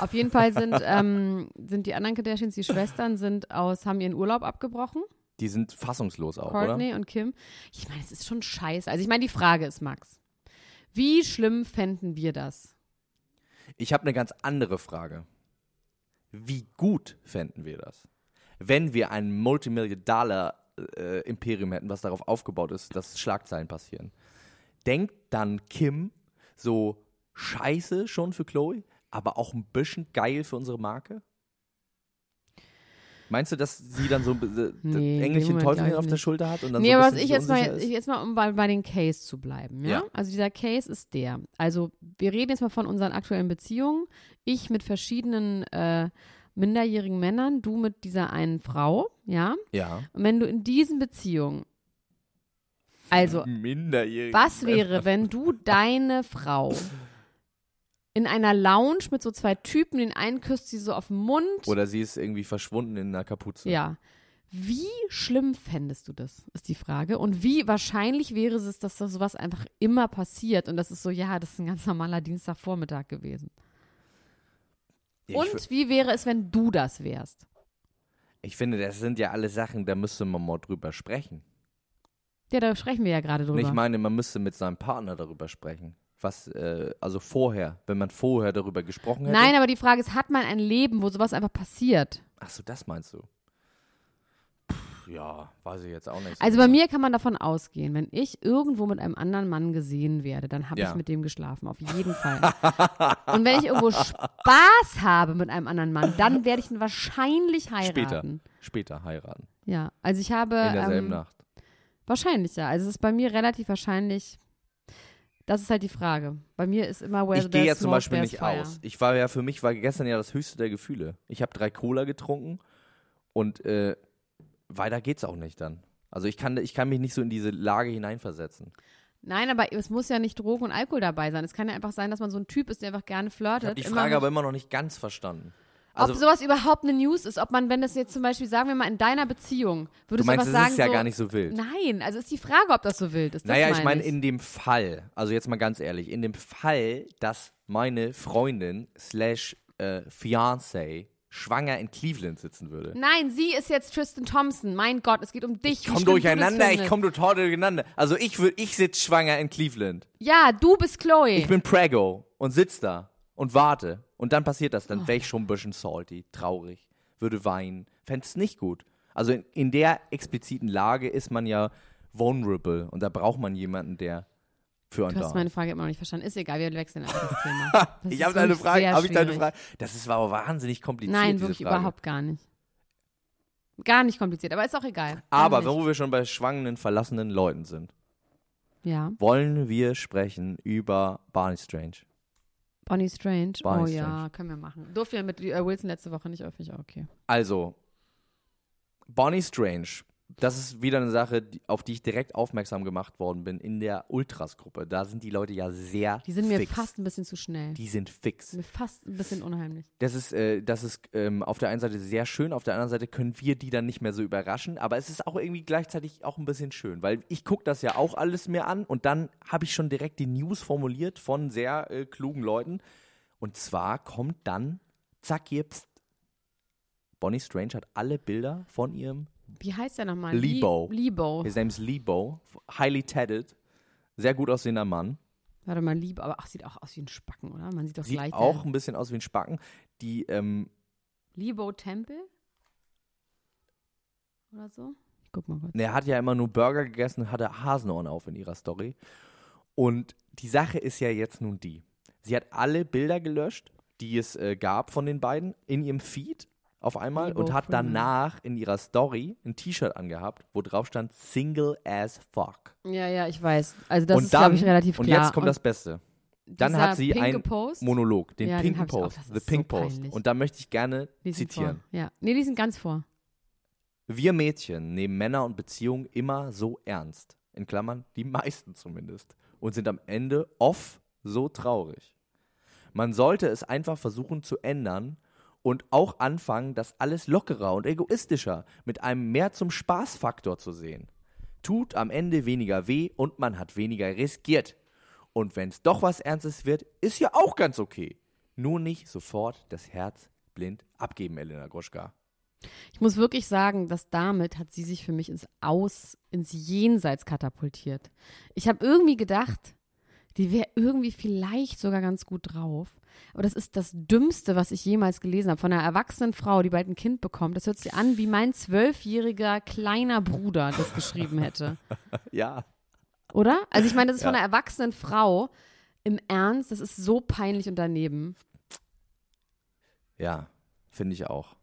[SPEAKER 1] Auf jeden Fall sind, ähm, sind die anderen Kardashians, die Schwestern, sind aus, haben ihren Urlaub abgebrochen.
[SPEAKER 4] Die sind fassungslos auch,
[SPEAKER 1] Courtney und Kim. Ich meine, es ist schon scheiße. Also ich meine, die Frage ist, Max, wie schlimm fänden wir das?
[SPEAKER 4] oder? Ich habe eine ganz andere Frage. Wie gut fänden wir das? Wenn wir ein Multimillion-Dollar-Imperium hätten, was darauf aufgebaut ist, dass Schlagzeilen passieren. Denkt dann Kim so scheiße schon für Chloe, aber auch ein bisschen geil für unsere Marke? Meinst du, dass sie dann so ein be-
[SPEAKER 1] Nee, in dem
[SPEAKER 4] das Engelchen
[SPEAKER 1] Moment glaub
[SPEAKER 4] Teufel
[SPEAKER 1] ich
[SPEAKER 4] auf der
[SPEAKER 1] nicht.
[SPEAKER 4] Schulter hat? Und dann
[SPEAKER 1] nee,
[SPEAKER 4] so ein
[SPEAKER 1] aber was
[SPEAKER 4] bisschen
[SPEAKER 1] ich
[SPEAKER 4] so
[SPEAKER 1] jetzt mal,
[SPEAKER 4] unsicher
[SPEAKER 1] ich
[SPEAKER 4] ist?
[SPEAKER 1] jetzt mal, um bei, bei den Case zu bleiben, ja?
[SPEAKER 4] Ja.
[SPEAKER 1] Also dieser Case ist der. Also wir reden jetzt mal von unseren aktuellen Beziehungen. Ich mit verschiedenen äh, minderjährigen Männern, du mit dieser einen Frau, ja?
[SPEAKER 4] Ja.
[SPEAKER 1] Und wenn du in diesen Beziehungen, also
[SPEAKER 4] Minderjährig.
[SPEAKER 1] Was wäre, wenn du deine Frau in einer Lounge mit so zwei Typen, den einen küsst sie so auf den Mund?
[SPEAKER 4] Oder sie ist irgendwie verschwunden in einer Kapuze.
[SPEAKER 1] ja. Wie schlimm fändest du das, ist die Frage. Und wie wahrscheinlich wäre es, dass das sowas einfach immer passiert und das ist so, ja, das ist ein ganz normaler Dienstagvormittag gewesen.
[SPEAKER 4] Ja, ich wür-
[SPEAKER 1] und wie wäre es, wenn du das wärst?
[SPEAKER 4] Ich finde, das sind ja alle Sachen, da müsste man mal drüber sprechen.
[SPEAKER 1] Ja, da sprechen wir ja gerade drüber.
[SPEAKER 4] Ich meine, man müsste mit seinem Partner darüber sprechen. Was, äh, also vorher, wenn man vorher darüber gesprochen hätte.
[SPEAKER 1] Nein, aber die Frage ist, hat man ein Leben, wo sowas einfach passiert?
[SPEAKER 4] Ach so, das meinst du? Puh, ja, weiß ich jetzt auch nicht. so
[SPEAKER 1] Also bei
[SPEAKER 4] genau.
[SPEAKER 1] mir kann man davon ausgehen, wenn ich irgendwo mit einem anderen Mann gesehen werde, dann habe
[SPEAKER 4] Ja.
[SPEAKER 1] ich mit dem geschlafen, auf jeden Fall. Und wenn ich irgendwo Spaß habe mit einem anderen Mann, dann werde ich ihn wahrscheinlich
[SPEAKER 4] Später,
[SPEAKER 1] heiraten.
[SPEAKER 4] später heiraten.
[SPEAKER 1] Ja, also ich habe
[SPEAKER 4] in derselben
[SPEAKER 1] ähm,
[SPEAKER 4] Nacht.
[SPEAKER 1] wahrscheinlich ja. Also es ist bei mir relativ wahrscheinlich. Das ist halt die Frage. Bei mir ist immer where
[SPEAKER 4] Ich gehe
[SPEAKER 1] there's
[SPEAKER 4] ja zum
[SPEAKER 1] smoke,
[SPEAKER 4] Beispiel
[SPEAKER 1] there's
[SPEAKER 4] nicht
[SPEAKER 1] fire.
[SPEAKER 4] aus. Ich war ja, für mich war gestern ja das höchste der Gefühle. Ich habe drei Cola getrunken und äh, weiter geht's auch nicht dann. Also ich kann, ich kann mich nicht so in diese Lage hineinversetzen.
[SPEAKER 1] Nein, aber es muss ja nicht Drogen und Alkohol dabei sein. Es kann ja einfach sein, dass man so ein Typ ist, der einfach gerne flirtet.
[SPEAKER 4] Ich habe die
[SPEAKER 1] immer
[SPEAKER 4] Frage
[SPEAKER 1] mit-
[SPEAKER 4] aber immer noch nicht ganz verstanden. Also,
[SPEAKER 1] ob sowas überhaupt eine News ist, ob man, wenn das jetzt zum Beispiel, sagen wir mal, in deiner Beziehung,
[SPEAKER 4] Du
[SPEAKER 1] würdest
[SPEAKER 4] meinst,
[SPEAKER 1] was
[SPEAKER 4] es
[SPEAKER 1] sagen
[SPEAKER 4] ist ja
[SPEAKER 1] so,
[SPEAKER 4] gar nicht so wild.
[SPEAKER 1] Nein, also ist die Frage, ob das so wild ist. Das
[SPEAKER 4] naja, ich meine,
[SPEAKER 1] meine
[SPEAKER 4] in dem Fall, also jetzt mal ganz ehrlich, in dem Fall, dass meine Freundin slash äh, Fiancé schwanger in Cleveland sitzen würde.
[SPEAKER 1] Nein, sie ist jetzt Tristan Thompson. Mein Gott, es geht um
[SPEAKER 4] Ich
[SPEAKER 1] dich.
[SPEAKER 4] komm durcheinander, ich komm total durcheinander. Also ich, würd- ich sitze schwanger in Cleveland.
[SPEAKER 1] Ja, du bist Chloe.
[SPEAKER 4] Ich bin Prego und sitz da und warte. Und dann passiert das. Dann wäre ich schon ein bisschen salty, traurig, würde weinen. Fänd's nicht gut. Also in, in der expliziten Lage ist man ja vulnerable und da braucht man jemanden, der für einen
[SPEAKER 1] du
[SPEAKER 4] da
[SPEAKER 1] hast
[SPEAKER 4] ist.
[SPEAKER 1] meine Frage immer noch nicht verstanden. Ist egal, wir wechseln einfach das Thema. Das
[SPEAKER 4] Ich
[SPEAKER 1] ist
[SPEAKER 4] habe deine
[SPEAKER 1] wirklich
[SPEAKER 4] Frage,
[SPEAKER 1] sehr
[SPEAKER 4] habe ich deine
[SPEAKER 1] schwierig.
[SPEAKER 4] Frage. Das ist aber wahnsinnig kompliziert.
[SPEAKER 1] Nein,
[SPEAKER 4] diese
[SPEAKER 1] wirklich
[SPEAKER 4] Frage.
[SPEAKER 1] überhaupt gar nicht. Gar nicht kompliziert, aber ist auch egal.
[SPEAKER 4] Aber
[SPEAKER 1] Dann nicht.
[SPEAKER 4] wo wir schon bei schwangenden, verlassenen Leuten sind,
[SPEAKER 1] Ja,
[SPEAKER 4] wollen wir sprechen über Barney Strange.
[SPEAKER 1] Bonnie Strange.
[SPEAKER 4] Bonnie
[SPEAKER 1] oh ja, können wir machen. Durfte ja mit äh, Wilson letzte Woche nicht öffentlich, okay.
[SPEAKER 4] Also, Bonnie Strange, das ist wieder eine Sache, die- auf die ich direkt aufmerksam gemacht worden bin in der Ultras-Gruppe. Da sind die Leute ja sehr
[SPEAKER 1] Die sind mir
[SPEAKER 4] fix.
[SPEAKER 1] fast ein bisschen zu schnell.
[SPEAKER 4] Die sind fix.
[SPEAKER 1] Mir fast ein bisschen unheimlich.
[SPEAKER 4] Das ist, äh, das ist ähm, auf der einen Seite sehr schön, auf der anderen Seite können wir die dann nicht mehr so überraschen, aber es ist auch irgendwie gleichzeitig auch ein bisschen schön, weil ich gucke das ja auch alles mir an und dann habe ich schon direkt die News formuliert von sehr äh, klugen Leuten und zwar kommt dann, zack, hier, pst, Bonnie Strange hat alle Bilder von ihrem
[SPEAKER 1] Wie heißt der nochmal?
[SPEAKER 4] Lebo.
[SPEAKER 1] Lie- Lebo.
[SPEAKER 4] His name's Lebo, highly tatted, sehr gut aussehender Mann.
[SPEAKER 1] Warte mal, Lebo. Aber ach, sieht auch aus wie ein Spacken, oder? Man sieht doch äh,
[SPEAKER 4] Sieht
[SPEAKER 1] gleich.
[SPEAKER 4] auch ein bisschen aus wie ein Spacken. Die, ähm,
[SPEAKER 1] Lebo Tempel?
[SPEAKER 5] oder so.
[SPEAKER 1] Ich guck mal kurz.
[SPEAKER 4] Und er hat ja immer nur Burger gegessen, hatte Hasenohren auf in ihrer Story. Und die Sache ist ja jetzt nun die. Sie hat alle Bilder gelöscht, die es äh, gab von den beiden, in ihrem Feed auf einmal
[SPEAKER 1] Liebe
[SPEAKER 4] und hat
[SPEAKER 1] Freunde.
[SPEAKER 4] danach in ihrer Story ein T-Shirt angehabt, wo drauf stand Single as fuck.
[SPEAKER 1] Ja, ja, ich weiß. Also das
[SPEAKER 4] und
[SPEAKER 1] ist, glaube ich, relativ
[SPEAKER 4] Und
[SPEAKER 1] klar.
[SPEAKER 4] jetzt kommt das Beste. Dann hat sie
[SPEAKER 1] dieser pinke
[SPEAKER 4] einen
[SPEAKER 1] Post?
[SPEAKER 4] Monolog, den
[SPEAKER 1] Ja, den
[SPEAKER 4] pinken
[SPEAKER 1] hab ich auch.
[SPEAKER 4] Post,
[SPEAKER 1] Das
[SPEAKER 4] the
[SPEAKER 1] ist so
[SPEAKER 4] pink post.
[SPEAKER 1] peinlich.
[SPEAKER 4] Und da möchte ich gerne
[SPEAKER 1] Lies ihn
[SPEAKER 4] zitieren.
[SPEAKER 1] Vor. Ja. Nee, die sind ganz vor.
[SPEAKER 4] Wir Mädchen nehmen Männer und Beziehungen immer so ernst. In Klammern, die meisten zumindest. Und sind am Ende oft so traurig. Man sollte es einfach versuchen zu ändern und auch anfangen, das alles lockerer und egoistischer mit einem mehr zum Spaßfaktor zu sehen. Tut am Ende weniger weh und man hat weniger riskiert. Und wenn es doch was Ernstes wird, ist ja auch ganz okay. Nur nicht sofort das Herz blind abgeben, Elena Groschka.
[SPEAKER 1] Ich muss wirklich sagen, dass damit hat sie sich für mich ins Aus, ins Jenseits katapultiert. Ich habe irgendwie gedacht, die wäre irgendwie vielleicht sogar ganz gut drauf. Aber das ist das Dümmste, was ich jemals gelesen habe. Von einer erwachsenen Frau, die bald ein Kind bekommt. Das hört sich an, wie mein zwölfjähriger kleiner Bruder das geschrieben hätte.
[SPEAKER 4] Ja,
[SPEAKER 1] Oder? Also ich meine, das ist von
[SPEAKER 4] Ja.
[SPEAKER 1] einer erwachsenen Frau. Im Ernst, das ist so peinlich und daneben.
[SPEAKER 4] Ja, finde ich auch.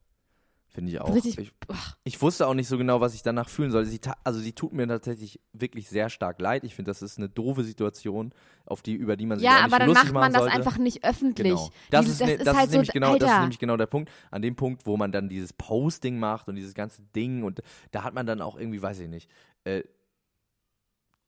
[SPEAKER 4] Finde ich auch.
[SPEAKER 1] Richtig-
[SPEAKER 4] Ich,
[SPEAKER 1] Ach,
[SPEAKER 4] ich wusste auch nicht so genau, was ich danach fühlen soll. Sie ta- also sie tut mir tatsächlich wirklich sehr stark leid. Ich finde, das ist eine doofe Situation, auf die, über die man sich auch
[SPEAKER 1] Ja,
[SPEAKER 4] nicht
[SPEAKER 1] aber dann
[SPEAKER 4] lustig
[SPEAKER 1] macht man
[SPEAKER 4] machen
[SPEAKER 1] das
[SPEAKER 4] sollte.
[SPEAKER 1] einfach nicht öffentlich.
[SPEAKER 4] Genau. Das,
[SPEAKER 1] Die-
[SPEAKER 4] ist, ne, das,
[SPEAKER 1] halt
[SPEAKER 4] ist nämlich
[SPEAKER 1] so,
[SPEAKER 4] genau,
[SPEAKER 1] Alter,
[SPEAKER 4] das ist nämlich genau der Punkt. An dem Punkt, wo man dann dieses Posting macht und dieses ganze Ding und da hat man dann auch irgendwie, weiß ich nicht. Äh,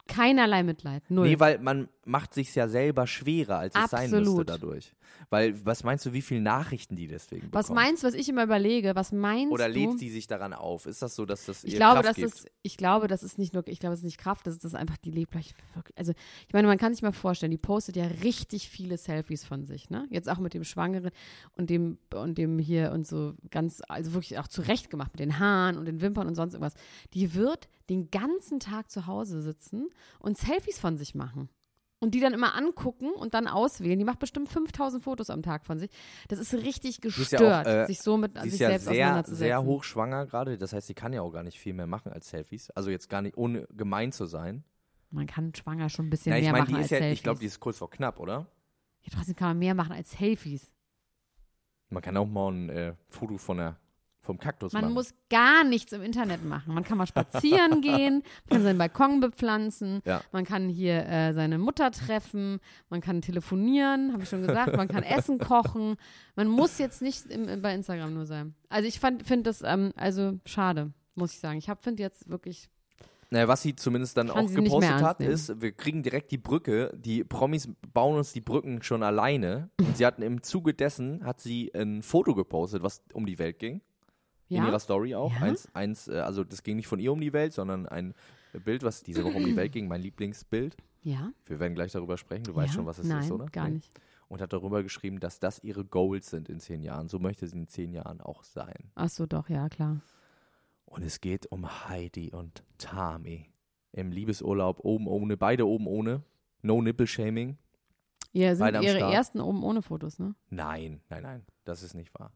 [SPEAKER 1] keinerlei Mitleid. Null.
[SPEAKER 4] nee, weil man macht sich ja selber schwerer, als es sein müsste
[SPEAKER 1] Absolut.
[SPEAKER 4] dadurch. Weil, was meinst du, wie viele Nachrichten die deswegen
[SPEAKER 1] Was
[SPEAKER 4] bekommen?
[SPEAKER 1] meinst du, was ich immer überlege? Was meinst
[SPEAKER 4] Oder
[SPEAKER 1] du?
[SPEAKER 4] lädt sie sich daran auf? Ist das so, dass das ihr
[SPEAKER 1] ich glaube,
[SPEAKER 4] Kraft
[SPEAKER 1] das
[SPEAKER 4] gibt?
[SPEAKER 1] ist, ich glaube, das ist nicht nur, ich glaube, das ist nicht Kraft, das ist das ist einfach die Lebleich. Also, ich meine, man kann sich mal vorstellen, die postet ja richtig viele Selfies von sich, ne? Jetzt auch mit dem Schwangeren und dem, und dem hier und so ganz, also wirklich auch zurecht gemacht mit den Haaren und den Wimpern und sonst irgendwas. Die wird den ganzen Tag zu Hause sitzen und Selfies von sich machen. Und die dann immer angucken und dann auswählen. Die macht bestimmt 5000 Fotos am Tag von sich. Das ist richtig
[SPEAKER 4] Sie ist
[SPEAKER 1] gestört,
[SPEAKER 4] ja auch, äh,
[SPEAKER 1] sich so mit
[SPEAKER 4] Sie
[SPEAKER 1] sich
[SPEAKER 4] ist ja
[SPEAKER 1] selbst
[SPEAKER 4] sehr,
[SPEAKER 1] auseinanderzusetzen.
[SPEAKER 4] sehr hochschwanger gerade. Das heißt, sie kann ja auch gar nicht viel mehr machen als Selfies. Also jetzt gar nicht, ohne gemein zu sein.
[SPEAKER 1] Man kann schwanger schon ein bisschen
[SPEAKER 4] Ja, ich
[SPEAKER 1] mehr
[SPEAKER 4] meine,
[SPEAKER 1] machen
[SPEAKER 4] die
[SPEAKER 1] als
[SPEAKER 4] ist ja,
[SPEAKER 1] Selfies.
[SPEAKER 4] ich glaube, die ist kurz vor knapp, oder?
[SPEAKER 1] ja, trotzdem kann man mehr machen als Selfies.
[SPEAKER 4] Man kann auch mal ein äh, Foto von der, vom Kaktus
[SPEAKER 1] Man
[SPEAKER 4] machen.
[SPEAKER 1] muss gar nichts im Internet machen. Man kann mal spazieren gehen, man kann seinen Balkon bepflanzen,
[SPEAKER 4] Ja.
[SPEAKER 1] man kann hier äh, seine Mutter treffen, man kann telefonieren, habe ich schon gesagt, man kann Essen kochen. Man muss jetzt nicht im, im, bei Instagram nur sein. Also ich finde das ähm, also schade, muss ich sagen. Ich finde jetzt wirklich,
[SPEAKER 4] naja, was sie zumindest dann
[SPEAKER 1] Kann
[SPEAKER 4] auch
[SPEAKER 1] sie nicht mehr
[SPEAKER 4] gepostet
[SPEAKER 1] ernst
[SPEAKER 4] hat,
[SPEAKER 1] nehmen.
[SPEAKER 4] ist, wir kriegen direkt die Brücke. Die Promis bauen uns die Brücken schon alleine. Und sie hatten im Zuge dessen, hat sie ein Foto gepostet, was um die Welt ging. in
[SPEAKER 1] ja,
[SPEAKER 4] ihrer Story auch.
[SPEAKER 1] Ja?
[SPEAKER 4] Eins, eins, äh, also das ging nicht von ihr um die Welt, sondern ein Bild, was diese Woche um die Welt ging, mein Lieblingsbild.
[SPEAKER 1] ja,
[SPEAKER 4] Wir werden gleich darüber sprechen. Du weißt
[SPEAKER 1] ja,
[SPEAKER 4] schon, was es
[SPEAKER 1] nein,
[SPEAKER 4] ist, oder?
[SPEAKER 1] gar
[SPEAKER 4] Nee.
[SPEAKER 1] nicht.
[SPEAKER 4] Und hat darüber geschrieben, dass das ihre Goals sind in zehn Jahren. So möchte sie in zehn Jahren auch sein.
[SPEAKER 1] Ach so, doch, ja, klar.
[SPEAKER 4] Und es geht um Heidi und Tami im Liebesurlaub oben ohne, beide oben ohne. No Nipple Shaming.
[SPEAKER 1] Ja, sind
[SPEAKER 4] Beide am
[SPEAKER 1] ihre
[SPEAKER 4] Start.
[SPEAKER 1] ersten oben ohne Fotos, ne?
[SPEAKER 4] Nein, nein, nein, das ist nicht wahr.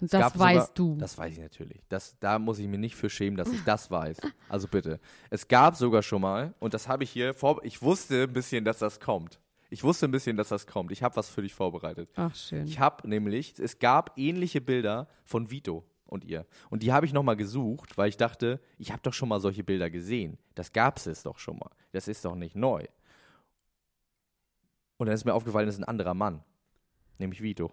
[SPEAKER 1] Und
[SPEAKER 4] Es
[SPEAKER 1] das
[SPEAKER 4] gab
[SPEAKER 1] weißt
[SPEAKER 4] sogar,
[SPEAKER 1] du.
[SPEAKER 4] Das weiß ich natürlich. Das, da muss ich mir nicht für schämen, dass ich das weiß. Also bitte. Es gab sogar schon mal, und das habe ich hier vor. Ich wusste ein bisschen, dass das kommt. Ich wusste ein bisschen, dass das kommt. Ich habe was für dich vorbereitet.
[SPEAKER 1] Ach, schön.
[SPEAKER 4] Ich habe nämlich, es gab ähnliche Bilder von Vito und ihr. Und die habe ich nochmal gesucht, weil ich dachte, ich habe doch schon mal solche Bilder gesehen. Das gab es doch schon mal. Das ist doch nicht neu. Und dann ist mir aufgefallen, das ist ein anderer Mann. Nämlich Vito.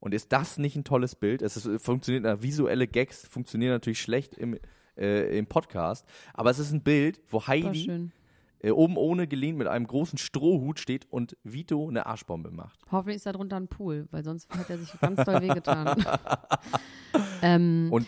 [SPEAKER 4] Und ist das nicht ein tolles Bild? Es ist, äh, funktioniert, na, visuelle Gags funktionieren natürlich schlecht im, äh, im Podcast. Aber es ist ein Bild, wo
[SPEAKER 1] War
[SPEAKER 4] Heidi
[SPEAKER 1] schön.
[SPEAKER 4] äh, oben ohne gelehnt mit einem großen Strohhut steht und Vito eine Arschbombe macht.
[SPEAKER 1] Hoffentlich ist da drunter ein Pool, weil sonst hat er sich ganz doll wehgetan. ähm,
[SPEAKER 4] Und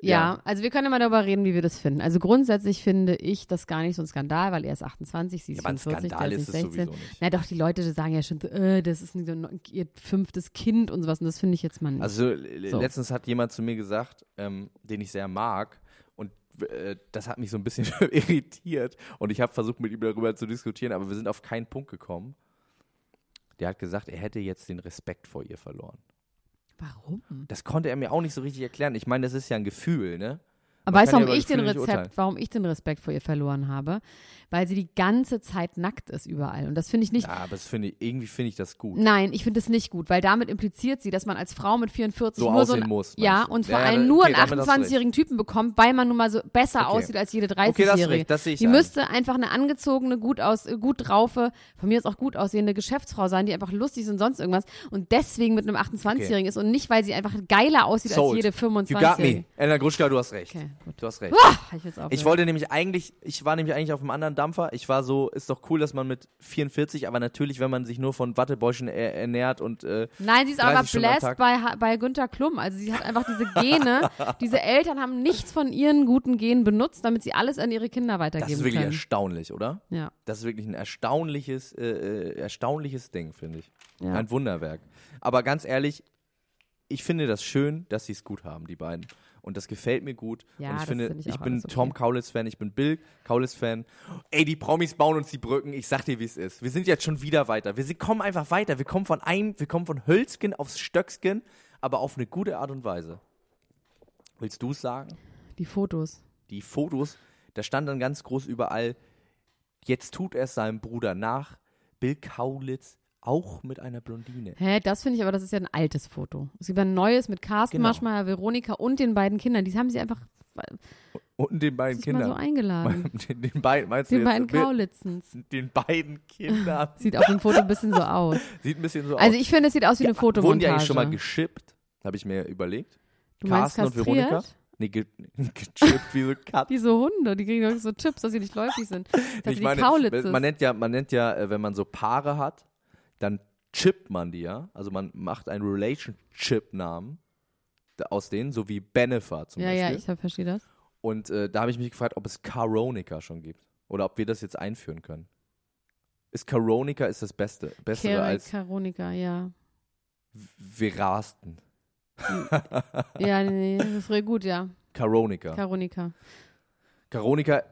[SPEAKER 1] ja. also wir können ja mal darüber reden, wie wir das finden. Also grundsätzlich finde ich das gar nicht so ein Skandal, weil er ist 28, sie
[SPEAKER 4] Ja,
[SPEAKER 1] ist
[SPEAKER 4] aber ein
[SPEAKER 1] 44,
[SPEAKER 4] Skandal
[SPEAKER 1] der
[SPEAKER 4] ist
[SPEAKER 1] ist
[SPEAKER 4] es
[SPEAKER 1] nicht 16.
[SPEAKER 4] sowieso nicht.
[SPEAKER 1] Na doch, die Leute sagen ja schon, so, äh, das ist nicht so ein, ihr fünftes Kind und sowas und das finde ich jetzt mal nicht.
[SPEAKER 4] Also l-
[SPEAKER 1] So.
[SPEAKER 4] letztens hat jemand zu mir gesagt, ähm, den ich sehr mag und äh, das hat mich so ein bisschen irritiert und ich habe versucht mit ihm darüber zu diskutieren, aber wir sind auf keinen Punkt gekommen. Der hat gesagt, er hätte jetzt den Respekt vor ihr verloren.
[SPEAKER 1] Warum?
[SPEAKER 4] Das konnte er mir auch nicht so richtig erklären. Ich meine, das ist ja ein Gefühl, ne?
[SPEAKER 1] Aber weißt du,
[SPEAKER 4] kann ja
[SPEAKER 1] warum
[SPEAKER 4] über
[SPEAKER 1] ich den
[SPEAKER 4] Gefühle nicht urteilen.
[SPEAKER 1] Respekt, warum ich den Respekt vor ihr verloren habe? Weil sie die ganze Zeit nackt ist überall. Und das finde ich nicht.
[SPEAKER 4] Ja, Ah, aber das finde ich, irgendwie finde ich das gut.
[SPEAKER 1] Nein, ich finde das nicht gut, weil damit impliziert sie, dass man als Frau mit 44
[SPEAKER 4] So
[SPEAKER 1] nur so
[SPEAKER 4] aussehen
[SPEAKER 1] ein,
[SPEAKER 4] muss,
[SPEAKER 1] ja
[SPEAKER 4] meinst du?
[SPEAKER 1] und vor
[SPEAKER 4] Ja, ja,
[SPEAKER 1] allem
[SPEAKER 4] okay,
[SPEAKER 1] nur einen
[SPEAKER 4] damit hast du
[SPEAKER 1] 28-jährigen Typen bekommt, weil man nun mal so besser
[SPEAKER 4] Okay.
[SPEAKER 1] aussieht als jede
[SPEAKER 4] Okay,
[SPEAKER 1] 30-jährige.
[SPEAKER 4] das ist recht, das sehe ich
[SPEAKER 1] die
[SPEAKER 4] ein.
[SPEAKER 1] müsste einfach eine angezogene, gut aus, äh, gut draufe, von mir ist auch gut aussehende Geschäftsfrau sein, die einfach lustig ist und sonst irgendwas und deswegen mit einem 28-jährigen ist und nicht, weil sie einfach geiler aussieht als
[SPEAKER 4] Sold.
[SPEAKER 1] jede
[SPEAKER 4] You got me.
[SPEAKER 1] 25-jährige.
[SPEAKER 4] Elena Gruschka, du hast recht.
[SPEAKER 1] Okay, gut.
[SPEAKER 4] Du hast recht.
[SPEAKER 1] Ah, ich will's aufhören.
[SPEAKER 4] Ich wollte nämlich eigentlich, ich war nämlich eigentlich auf einem anderen Dampfer. Ich war so, ist doch cool, dass man mit 44, aber natürlich, wenn man sich nur von Wattebäuschen er, ernährt und äh,
[SPEAKER 1] Nein, sie ist aber
[SPEAKER 4] 30 Stunden am
[SPEAKER 1] blessed
[SPEAKER 4] Tag.
[SPEAKER 1] bei, Ha- bei Günther Klum. Also sie hat einfach diese Gene. diese Eltern haben nichts von ihren guten Genen benutzt, damit sie alles an ihre Kinder
[SPEAKER 4] das
[SPEAKER 1] weitergeben
[SPEAKER 4] ist wirklich
[SPEAKER 1] können.
[SPEAKER 4] erstaunlich, oder?
[SPEAKER 1] Ja.
[SPEAKER 4] Das ist wirklich ein erstaunliches, äh, äh, erstaunliches Ding, finde ich.
[SPEAKER 1] Ja.
[SPEAKER 4] Ein Wunderwerk. Aber ganz ehrlich, ich finde das schön, dass sie es gut haben, die beiden. Und das gefällt mir gut.
[SPEAKER 1] Ja,
[SPEAKER 4] und ich
[SPEAKER 1] das
[SPEAKER 4] finde,
[SPEAKER 1] finde ich auch
[SPEAKER 4] bin
[SPEAKER 1] alles okay.
[SPEAKER 4] Tom Kaulitz-Fan, ich bin Bill Kaulitz-Fan. Ey, die Promis bauen uns die Brücken. Ich sag dir, wie es ist. Wir sind jetzt schon wieder weiter. Wir sind, kommen einfach weiter. Wir kommen von einem, wir kommen von Hölzgen aufs Stöcksken, aber auf eine gute Art und Weise. Willst du es sagen?
[SPEAKER 1] Die Fotos.
[SPEAKER 4] die Fotos, da stand dann ganz groß überall, jetzt tut er es seinem Bruder nach, Bill Kaulitz auch mit einer Blondine.
[SPEAKER 1] Hä, das finde ich aber, das ist ja ein altes Foto. Es gibt ein neues mit Carsten
[SPEAKER 4] Genau.
[SPEAKER 1] Maschmeyer, Veronika und den beiden Kindern. Die haben sie einfach
[SPEAKER 4] Und den beiden
[SPEAKER 1] sich mal so
[SPEAKER 4] Kindern.
[SPEAKER 1] eingeladen.
[SPEAKER 4] den, den beiden, meinst
[SPEAKER 1] Den
[SPEAKER 4] du jetzt
[SPEAKER 1] beiden
[SPEAKER 4] Bill-
[SPEAKER 1] Kaulitzens.
[SPEAKER 4] den beiden Kindern.
[SPEAKER 1] Sieht auf dem Foto ein bisschen so aus.
[SPEAKER 4] Sieht ein bisschen so
[SPEAKER 1] Also
[SPEAKER 4] aus.
[SPEAKER 1] ich finde, es sieht aus wie eine Fotomontage.
[SPEAKER 4] Wurden die eigentlich schon mal geschippt? Habe ich mir überlegt.
[SPEAKER 1] Du meinst
[SPEAKER 4] Carsten und
[SPEAKER 1] kastriert?
[SPEAKER 4] Veronika? Nee, ge gechippt wie so Katzen.
[SPEAKER 1] Diese Hunde, die kriegen doch so Chips, dass sie nicht läufig sind. Dass
[SPEAKER 4] ich
[SPEAKER 1] die
[SPEAKER 4] meine,
[SPEAKER 1] Kaulitzes.
[SPEAKER 4] man nennt ja, man nennt ja, äh, wenn man so Paare hat, dann chippt man die ja. Also man macht einen Relationship-Namen da- aus denen, so wie Benefer zum
[SPEAKER 1] ja, ja,
[SPEAKER 4] Beispiel.
[SPEAKER 1] ich hab- verstehe das.
[SPEAKER 4] Und äh, da habe ich mich gefragt, ob es Caronica schon gibt oder ob wir das jetzt einführen können. Ist Caronica ist das Beste, bessere
[SPEAKER 1] Karen
[SPEAKER 4] als
[SPEAKER 1] Karonika, ja.
[SPEAKER 4] Verasten.
[SPEAKER 1] Ja, nee, nee, das ist voll gut, ja.
[SPEAKER 4] Caronica.
[SPEAKER 1] Karonika.
[SPEAKER 4] Caronica,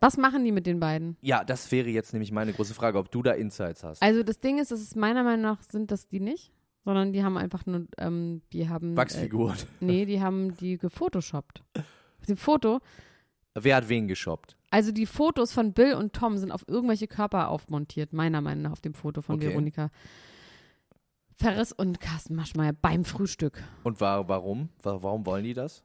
[SPEAKER 1] Was machen die mit den beiden?
[SPEAKER 4] ja, das wäre jetzt nämlich meine große Frage, ob du da Insights hast.
[SPEAKER 1] Also das Ding ist, dass es meiner Meinung nach sind das die nicht, sondern die haben einfach nur, ähm, die haben.
[SPEAKER 4] Wachsfiguren.
[SPEAKER 1] Äh, nee, die haben die gefotoshoppt. Auf dem Foto.
[SPEAKER 4] Wer hat wen geshoppt?
[SPEAKER 1] Also die Fotos von Bill und Tom sind auf irgendwelche Körper aufmontiert, meiner Meinung nach, auf dem Foto von
[SPEAKER 4] Okay.
[SPEAKER 1] Veronika. Ferris und Carsten Maschmeyer beim Frühstück.
[SPEAKER 4] Und wa warum? Wa warum wollen die das?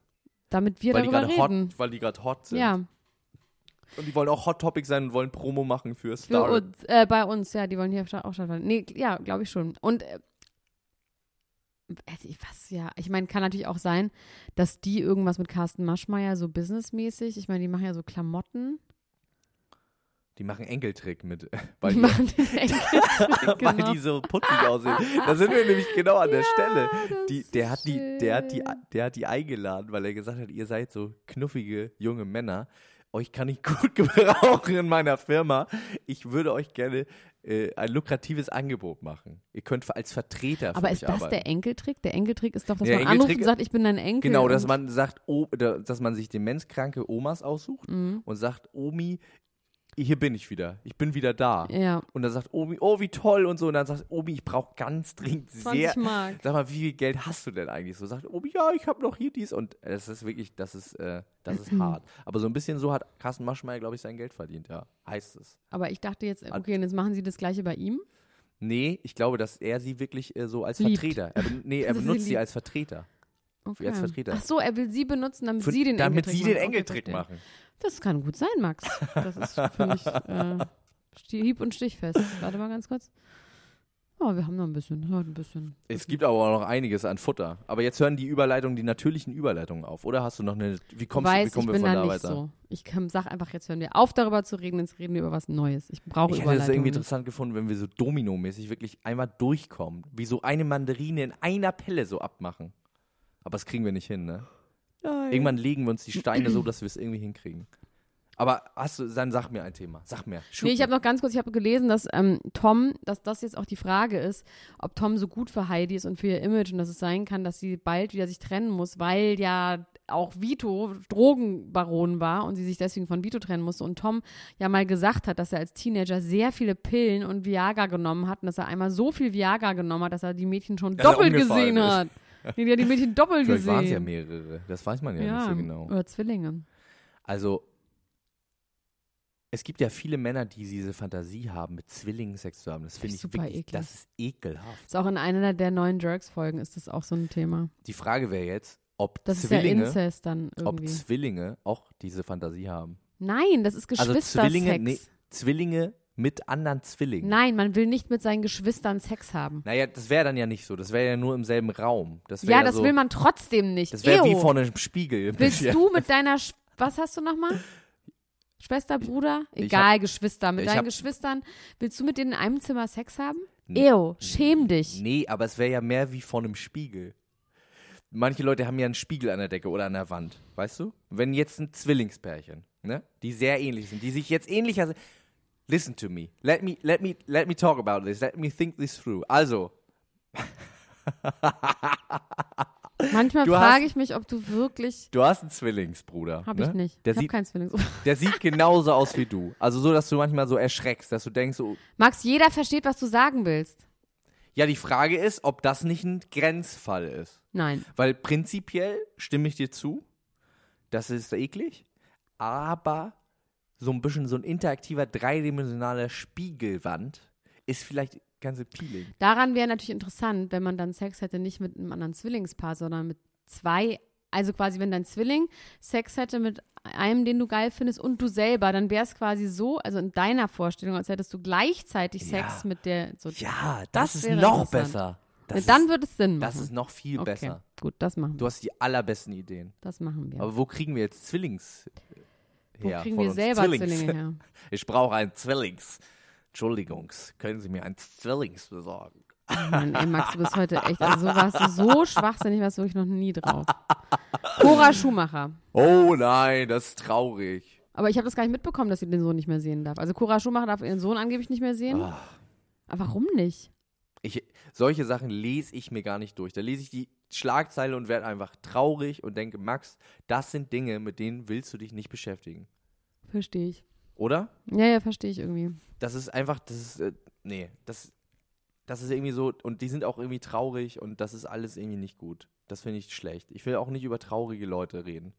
[SPEAKER 1] Damit wir
[SPEAKER 4] weil die
[SPEAKER 1] darüber
[SPEAKER 4] gerade
[SPEAKER 1] reden.
[SPEAKER 4] hot, weil die gerade hot sind.
[SPEAKER 1] Ja,
[SPEAKER 4] Und die wollen auch Hot Topic sein und wollen Promo machen für
[SPEAKER 1] Für
[SPEAKER 4] Star.
[SPEAKER 1] uns, äh, bei uns, ja, die wollen hier sta- auch stattfinden. Nee, ja, glaube ich schon. Und äh, also ich- was, ja, ich meine, kann natürlich auch sein, dass die irgendwas mit Carsten Maschmeyer so businessmäßig, ich meine, die machen ja so Klamotten.
[SPEAKER 4] die machen Enkeltrick mit, weil
[SPEAKER 1] die
[SPEAKER 4] die,
[SPEAKER 1] machen den Enkeltrick,
[SPEAKER 4] weil
[SPEAKER 1] genau.
[SPEAKER 4] die so putzig aussehen. Da sind wir nämlich genau an der Stelle. Die,
[SPEAKER 1] das
[SPEAKER 4] der,
[SPEAKER 1] ist
[SPEAKER 4] hat die, der, hat die,
[SPEAKER 1] schön.
[SPEAKER 4] der hat die eingeladen, weil er gesagt hat, ihr seid so knuffige junge Männer. Euch kann ich gut gebrauchen in meiner Firma. Ich würde euch gerne äh, ein lukratives Angebot machen. Ihr könnt als Vertreter für
[SPEAKER 1] Aber
[SPEAKER 4] mich
[SPEAKER 1] ist das
[SPEAKER 4] arbeiten.
[SPEAKER 1] der Enkeltrick? Der Enkeltrick ist doch, dass
[SPEAKER 4] Der
[SPEAKER 1] man anruft
[SPEAKER 4] Enkeltrick-
[SPEAKER 1] und sagt, ich bin dein Enkel.
[SPEAKER 4] Genau,
[SPEAKER 1] und
[SPEAKER 4] dass man sagt, oh, da- dass man sich demenzkranke Omas aussucht
[SPEAKER 1] Mhm.
[SPEAKER 4] und sagt, Omi, hier bin ich wieder. Ich bin wieder da.
[SPEAKER 1] Ja.
[SPEAKER 4] Und dann sagt Omi, oh, wie toll und so. Und dann sagt Omi, ich brauche ganz dringend
[SPEAKER 1] 20
[SPEAKER 4] sehr.
[SPEAKER 1] Mark.
[SPEAKER 4] Sag mal, wie viel Geld hast du denn eigentlich? So sagt Omi, ja, ich habe noch hier dies. Und das ist wirklich, das ist, äh, das ist hart. Aber so ein bisschen so hat Carsten Maschmeyer, glaube ich, sein Geld verdient, ja. Heißt es.
[SPEAKER 1] Aber ich dachte jetzt, okay, und jetzt machen sie das Gleiche bei ihm.
[SPEAKER 4] Nee, ich glaube, dass er sie wirklich äh, so als
[SPEAKER 1] Liebt.
[SPEAKER 4] Vertreter. Er, ben- nee, er
[SPEAKER 1] Dass er sie
[SPEAKER 4] benutzt sie
[SPEAKER 1] liebt.
[SPEAKER 4] als Vertreter.
[SPEAKER 1] Okay.
[SPEAKER 4] Als Vertreter.
[SPEAKER 1] Ach so, er will sie benutzen, damit
[SPEAKER 4] Für-
[SPEAKER 1] sie den
[SPEAKER 4] damit
[SPEAKER 1] Enkeltrick
[SPEAKER 4] sie den
[SPEAKER 1] machen. Okay,
[SPEAKER 4] Enkeltrick
[SPEAKER 1] verstehe.
[SPEAKER 4] machen.
[SPEAKER 1] Das kann gut sein, Max. Das ist, finde ich, äh, sti- hieb- und stichfest. Warte mal ganz kurz. Oh, wir haben noch ein bisschen, heute ein bisschen.
[SPEAKER 4] Es gibt aber auch noch einiges an Futter. Aber jetzt hören die Überleitungen, die natürlichen Überleitungen auf, oder? Hast du noch eine. Wie kommst
[SPEAKER 1] Weiß,
[SPEAKER 4] du, wie
[SPEAKER 1] ich
[SPEAKER 4] kommen
[SPEAKER 1] bin
[SPEAKER 4] wir von
[SPEAKER 1] da
[SPEAKER 4] da
[SPEAKER 1] nicht
[SPEAKER 4] weiter?
[SPEAKER 1] so. Ich kann, sag einfach, jetzt hören wir auf, darüber zu reden, jetzt reden wir über was Neues. Ich brauche
[SPEAKER 4] Ich hätte es
[SPEAKER 1] Überleitung.
[SPEAKER 4] irgendwie interessant gefunden, wenn wir so dominomäßig wirklich einmal durchkommen, wie so eine Mandarine in einer Pelle so abmachen. Aber das kriegen wir nicht hin, ne? Irgendwann legen wir uns die Steine so, dass wir es irgendwie hinkriegen. Aber hast du, dann sag mir ein Thema. Sag mir. Shoot
[SPEAKER 1] Nee, ich
[SPEAKER 4] me.
[SPEAKER 1] habe noch ganz kurz, ich habe gelesen, dass ähm, Tom, dass das jetzt auch die Frage ist, ob Tom so gut für Heidi ist und für ihr Image und dass es sein kann, dass sie bald wieder sich trennen muss, weil ja auch Vito Drogenbaron war und sie sich deswegen von Vito trennen musste und Tom ja mal gesagt hat, dass er als Teenager sehr viele Pillen und Viagra genommen hat und dass er einmal so viel Viagra genommen hat, dass er die Mädchen schon
[SPEAKER 4] Dass er
[SPEAKER 1] doppelt
[SPEAKER 4] umgefallen
[SPEAKER 1] gesehen
[SPEAKER 4] ist.
[SPEAKER 1] hat. Nee, die hat die Mädchen doppelt
[SPEAKER 4] Vielleicht waren es ja
[SPEAKER 1] gesehen.
[SPEAKER 4] mehrere. Das weiß man ja, nicht so genau.
[SPEAKER 1] Oder Zwillinge.
[SPEAKER 4] Also, es gibt ja viele Männer, die diese Fantasie haben, mit Zwillingen Sex zu haben. Das finde ich
[SPEAKER 1] Finde ich super
[SPEAKER 4] wirklich,
[SPEAKER 1] eklig.
[SPEAKER 4] das ist ekelhaft.
[SPEAKER 1] Ist auch in einer der neuen Jerks-Folgen ist das auch so ein Thema.
[SPEAKER 4] Die Frage wäre jetzt, ob
[SPEAKER 1] Das
[SPEAKER 4] Zwillinge,
[SPEAKER 1] ist ja Inzest dann
[SPEAKER 4] ob
[SPEAKER 1] irgendwie.
[SPEAKER 4] Zwillinge auch diese Fantasie haben.
[SPEAKER 1] Nein, das ist
[SPEAKER 4] Also
[SPEAKER 1] Geschwistersex.
[SPEAKER 4] Zwillinge, nee, Zwillinge mit anderen Zwillingen.
[SPEAKER 1] Nein, man will nicht mit seinen Geschwistern Sex haben.
[SPEAKER 4] Naja, das wäre dann ja nicht so. Das wäre ja nur im selben Raum. Das wär
[SPEAKER 1] Ja,
[SPEAKER 4] ja
[SPEAKER 1] das
[SPEAKER 4] so,
[SPEAKER 1] will man trotzdem nicht.
[SPEAKER 4] Das wäre wie
[SPEAKER 1] Ew.
[SPEAKER 4] vor einem Spiegel.
[SPEAKER 1] Willst
[SPEAKER 4] Ja.
[SPEAKER 1] du mit deiner, Sch was hast du nochmal? Schwester, Bruder?
[SPEAKER 4] ich
[SPEAKER 1] Egal, Geschwister.
[SPEAKER 4] ich
[SPEAKER 1] Mit deinen
[SPEAKER 4] hab-
[SPEAKER 1] Geschwistern, willst du mit denen in einem Zimmer Sex haben?
[SPEAKER 4] Nee.
[SPEAKER 1] Ew, schäm dich.
[SPEAKER 4] Nee, aber es wäre ja mehr wie vor einem Spiegel. Manche Leute haben ja einen Spiegel an der Decke oder an der Wand, weißt du? Wenn jetzt ein Zwillingspärchen, ne, die sehr ähnlich sind, die sich jetzt ähnlicher sind. Listen to me. Let me let me let me talk about this. Let me think this through. Also,
[SPEAKER 1] Manchmal
[SPEAKER 4] Du
[SPEAKER 1] frage
[SPEAKER 4] hast-
[SPEAKER 1] ich mich, ob du wirklich.
[SPEAKER 4] du hast einen Zwillingsbruder,
[SPEAKER 1] Hab
[SPEAKER 4] ne?
[SPEAKER 1] ich nicht.
[SPEAKER 4] Der
[SPEAKER 1] ich hab
[SPEAKER 4] sieht
[SPEAKER 1] keinen Zwillings.
[SPEAKER 4] der sieht genauso aus wie du. Also so, dass du manchmal so erschreckst, dass du denkst, oh,
[SPEAKER 1] Max, jeder versteht, was du sagen willst.
[SPEAKER 4] ja, die Frage ist, ob das nicht ein Grenzfall ist.
[SPEAKER 1] Nein.
[SPEAKER 4] Weil prinzipiell stimme ich dir zu, das ist eklig, aber so ein bisschen so ein interaktiver, dreidimensionaler Spiegelwand ist vielleicht ganze Peeling.
[SPEAKER 1] Daran wäre natürlich interessant, wenn man dann Sex hätte, nicht mit einem anderen Zwillingspaar, sondern mit zwei. Also quasi, wenn dein Zwilling Sex hätte mit einem, den du geil findest und du selber, dann wäre es quasi so, also in deiner Vorstellung, als hättest du gleichzeitig Sex
[SPEAKER 4] Ja.
[SPEAKER 1] mit der. So,
[SPEAKER 4] Ja, das,
[SPEAKER 1] Das
[SPEAKER 4] ist
[SPEAKER 1] wäre
[SPEAKER 4] noch
[SPEAKER 1] interessant.
[SPEAKER 4] besser.
[SPEAKER 1] Na,
[SPEAKER 4] Das
[SPEAKER 1] dann
[SPEAKER 4] ist,
[SPEAKER 1] würde es Sinn machen.
[SPEAKER 4] das ist noch viel
[SPEAKER 1] okay.
[SPEAKER 4] besser.
[SPEAKER 1] Gut, das machen wir.
[SPEAKER 4] Du hast die allerbesten Ideen.
[SPEAKER 1] Das machen wir.
[SPEAKER 4] Aber wo kriegen wir jetzt Zwillings
[SPEAKER 1] Wo
[SPEAKER 4] her?
[SPEAKER 1] kriegen
[SPEAKER 4] von
[SPEAKER 1] wir
[SPEAKER 4] uns?
[SPEAKER 1] selber
[SPEAKER 4] Zwillings.
[SPEAKER 1] Zwillinge her?
[SPEAKER 4] Ich brauche ein Zwillings. Entschuldigungs, können Sie mir ein Zwillings besorgen?
[SPEAKER 1] Oh Mann, ey, Max, du bist heute echt, also so warst du so schwachsinnig, warst du wirklich noch nie drauf. Cora Schumacher.
[SPEAKER 4] Oh nein, das ist traurig.
[SPEAKER 1] Aber ich habe das gar nicht mitbekommen, dass sie den Sohn nicht mehr sehen darf. Also Cora Schumacher darf ihren Sohn angeblich nicht mehr sehen. Aber warum nicht?
[SPEAKER 4] Ich, solche Sachen lese ich mir gar nicht durch. Da lese ich die Schlagzeile und werde einfach traurig und denke, Max, das sind Dinge, mit denen willst du dich nicht beschäftigen.
[SPEAKER 1] Verstehe ich.
[SPEAKER 4] Oder?
[SPEAKER 1] Ja, ja, verstehe ich irgendwie.
[SPEAKER 4] Das ist einfach, das ist, äh, nee, das, das ist irgendwie so, und die sind auch irgendwie traurig und das ist alles irgendwie nicht gut. Das finde ich schlecht. Ich will auch nicht über traurige Leute reden.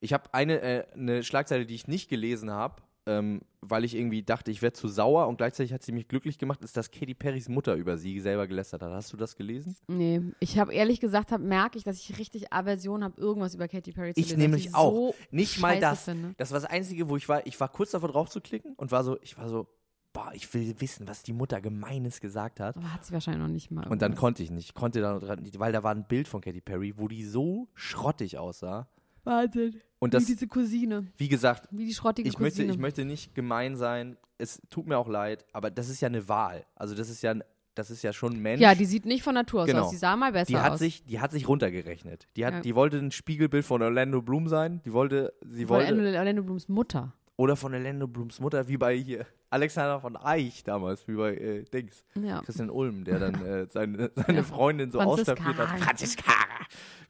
[SPEAKER 4] Ich habe eine, äh, eine Schlagzeile, die ich nicht gelesen habe, ähm, weil ich irgendwie dachte, ich werde zu sauer und gleichzeitig hat sie mich glücklich gemacht, ist, dass Katy Perrys Mutter über sie selber gelästert hat. Hast du das gelesen?
[SPEAKER 1] Nee, ich habe ehrlich gesagt, hab, merke ich, dass ich richtig Aversion habe, irgendwas über Katy Perry zu
[SPEAKER 4] Ich
[SPEAKER 1] lesen, weil
[SPEAKER 4] nämlich
[SPEAKER 1] die
[SPEAKER 4] auch.
[SPEAKER 1] So
[SPEAKER 4] nicht mal
[SPEAKER 1] scheiße
[SPEAKER 4] das.
[SPEAKER 1] Finde.
[SPEAKER 4] Das war das Einzige, wo ich war. Ich war kurz davor drauf zu klicken und war so, ich war so, boah, ich will wissen, was die Mutter Gemeines gesagt hat.
[SPEAKER 1] Aber hat sie wahrscheinlich noch nicht mal.
[SPEAKER 4] Und dann
[SPEAKER 1] irgendwas.
[SPEAKER 4] konnte ich nicht. Ich konnte da noch dran, weil da war ein Bild von Katy Perry, wo die so schrottig aussah.
[SPEAKER 1] Wahnsinn.
[SPEAKER 4] Und das,
[SPEAKER 1] wie diese Cousine,
[SPEAKER 4] wie gesagt,
[SPEAKER 1] wie die schrottige
[SPEAKER 4] ich möchte,
[SPEAKER 1] Cousine.
[SPEAKER 4] ich möchte nicht gemein sein. Es tut mir auch leid, aber das ist ja eine Wahl. Also das ist ja, ein- das ist ja schon ein Mensch.
[SPEAKER 1] ja, die sieht nicht von Natur aus
[SPEAKER 4] Genau.
[SPEAKER 1] aus. Die sah mal besser
[SPEAKER 4] Die hat
[SPEAKER 1] aus.
[SPEAKER 4] sich, die hat sich runtergerechnet. Die hat,
[SPEAKER 1] Ja.
[SPEAKER 4] die wollte ein Spiegelbild von Orlando Bloom sein. Die wollte, sie
[SPEAKER 1] Von
[SPEAKER 4] wollte
[SPEAKER 1] Orlando, Orlando Blooms Mutter.
[SPEAKER 4] Oder von Orlando Blooms Mutter, wie bei hier Alexander von Eich damals, wie bei äh, Dings.
[SPEAKER 1] Ja.
[SPEAKER 4] Christian Ulm, der dann äh, seine, seine Freundin so
[SPEAKER 1] Franziska.
[SPEAKER 4] austapiert hat. Franziska!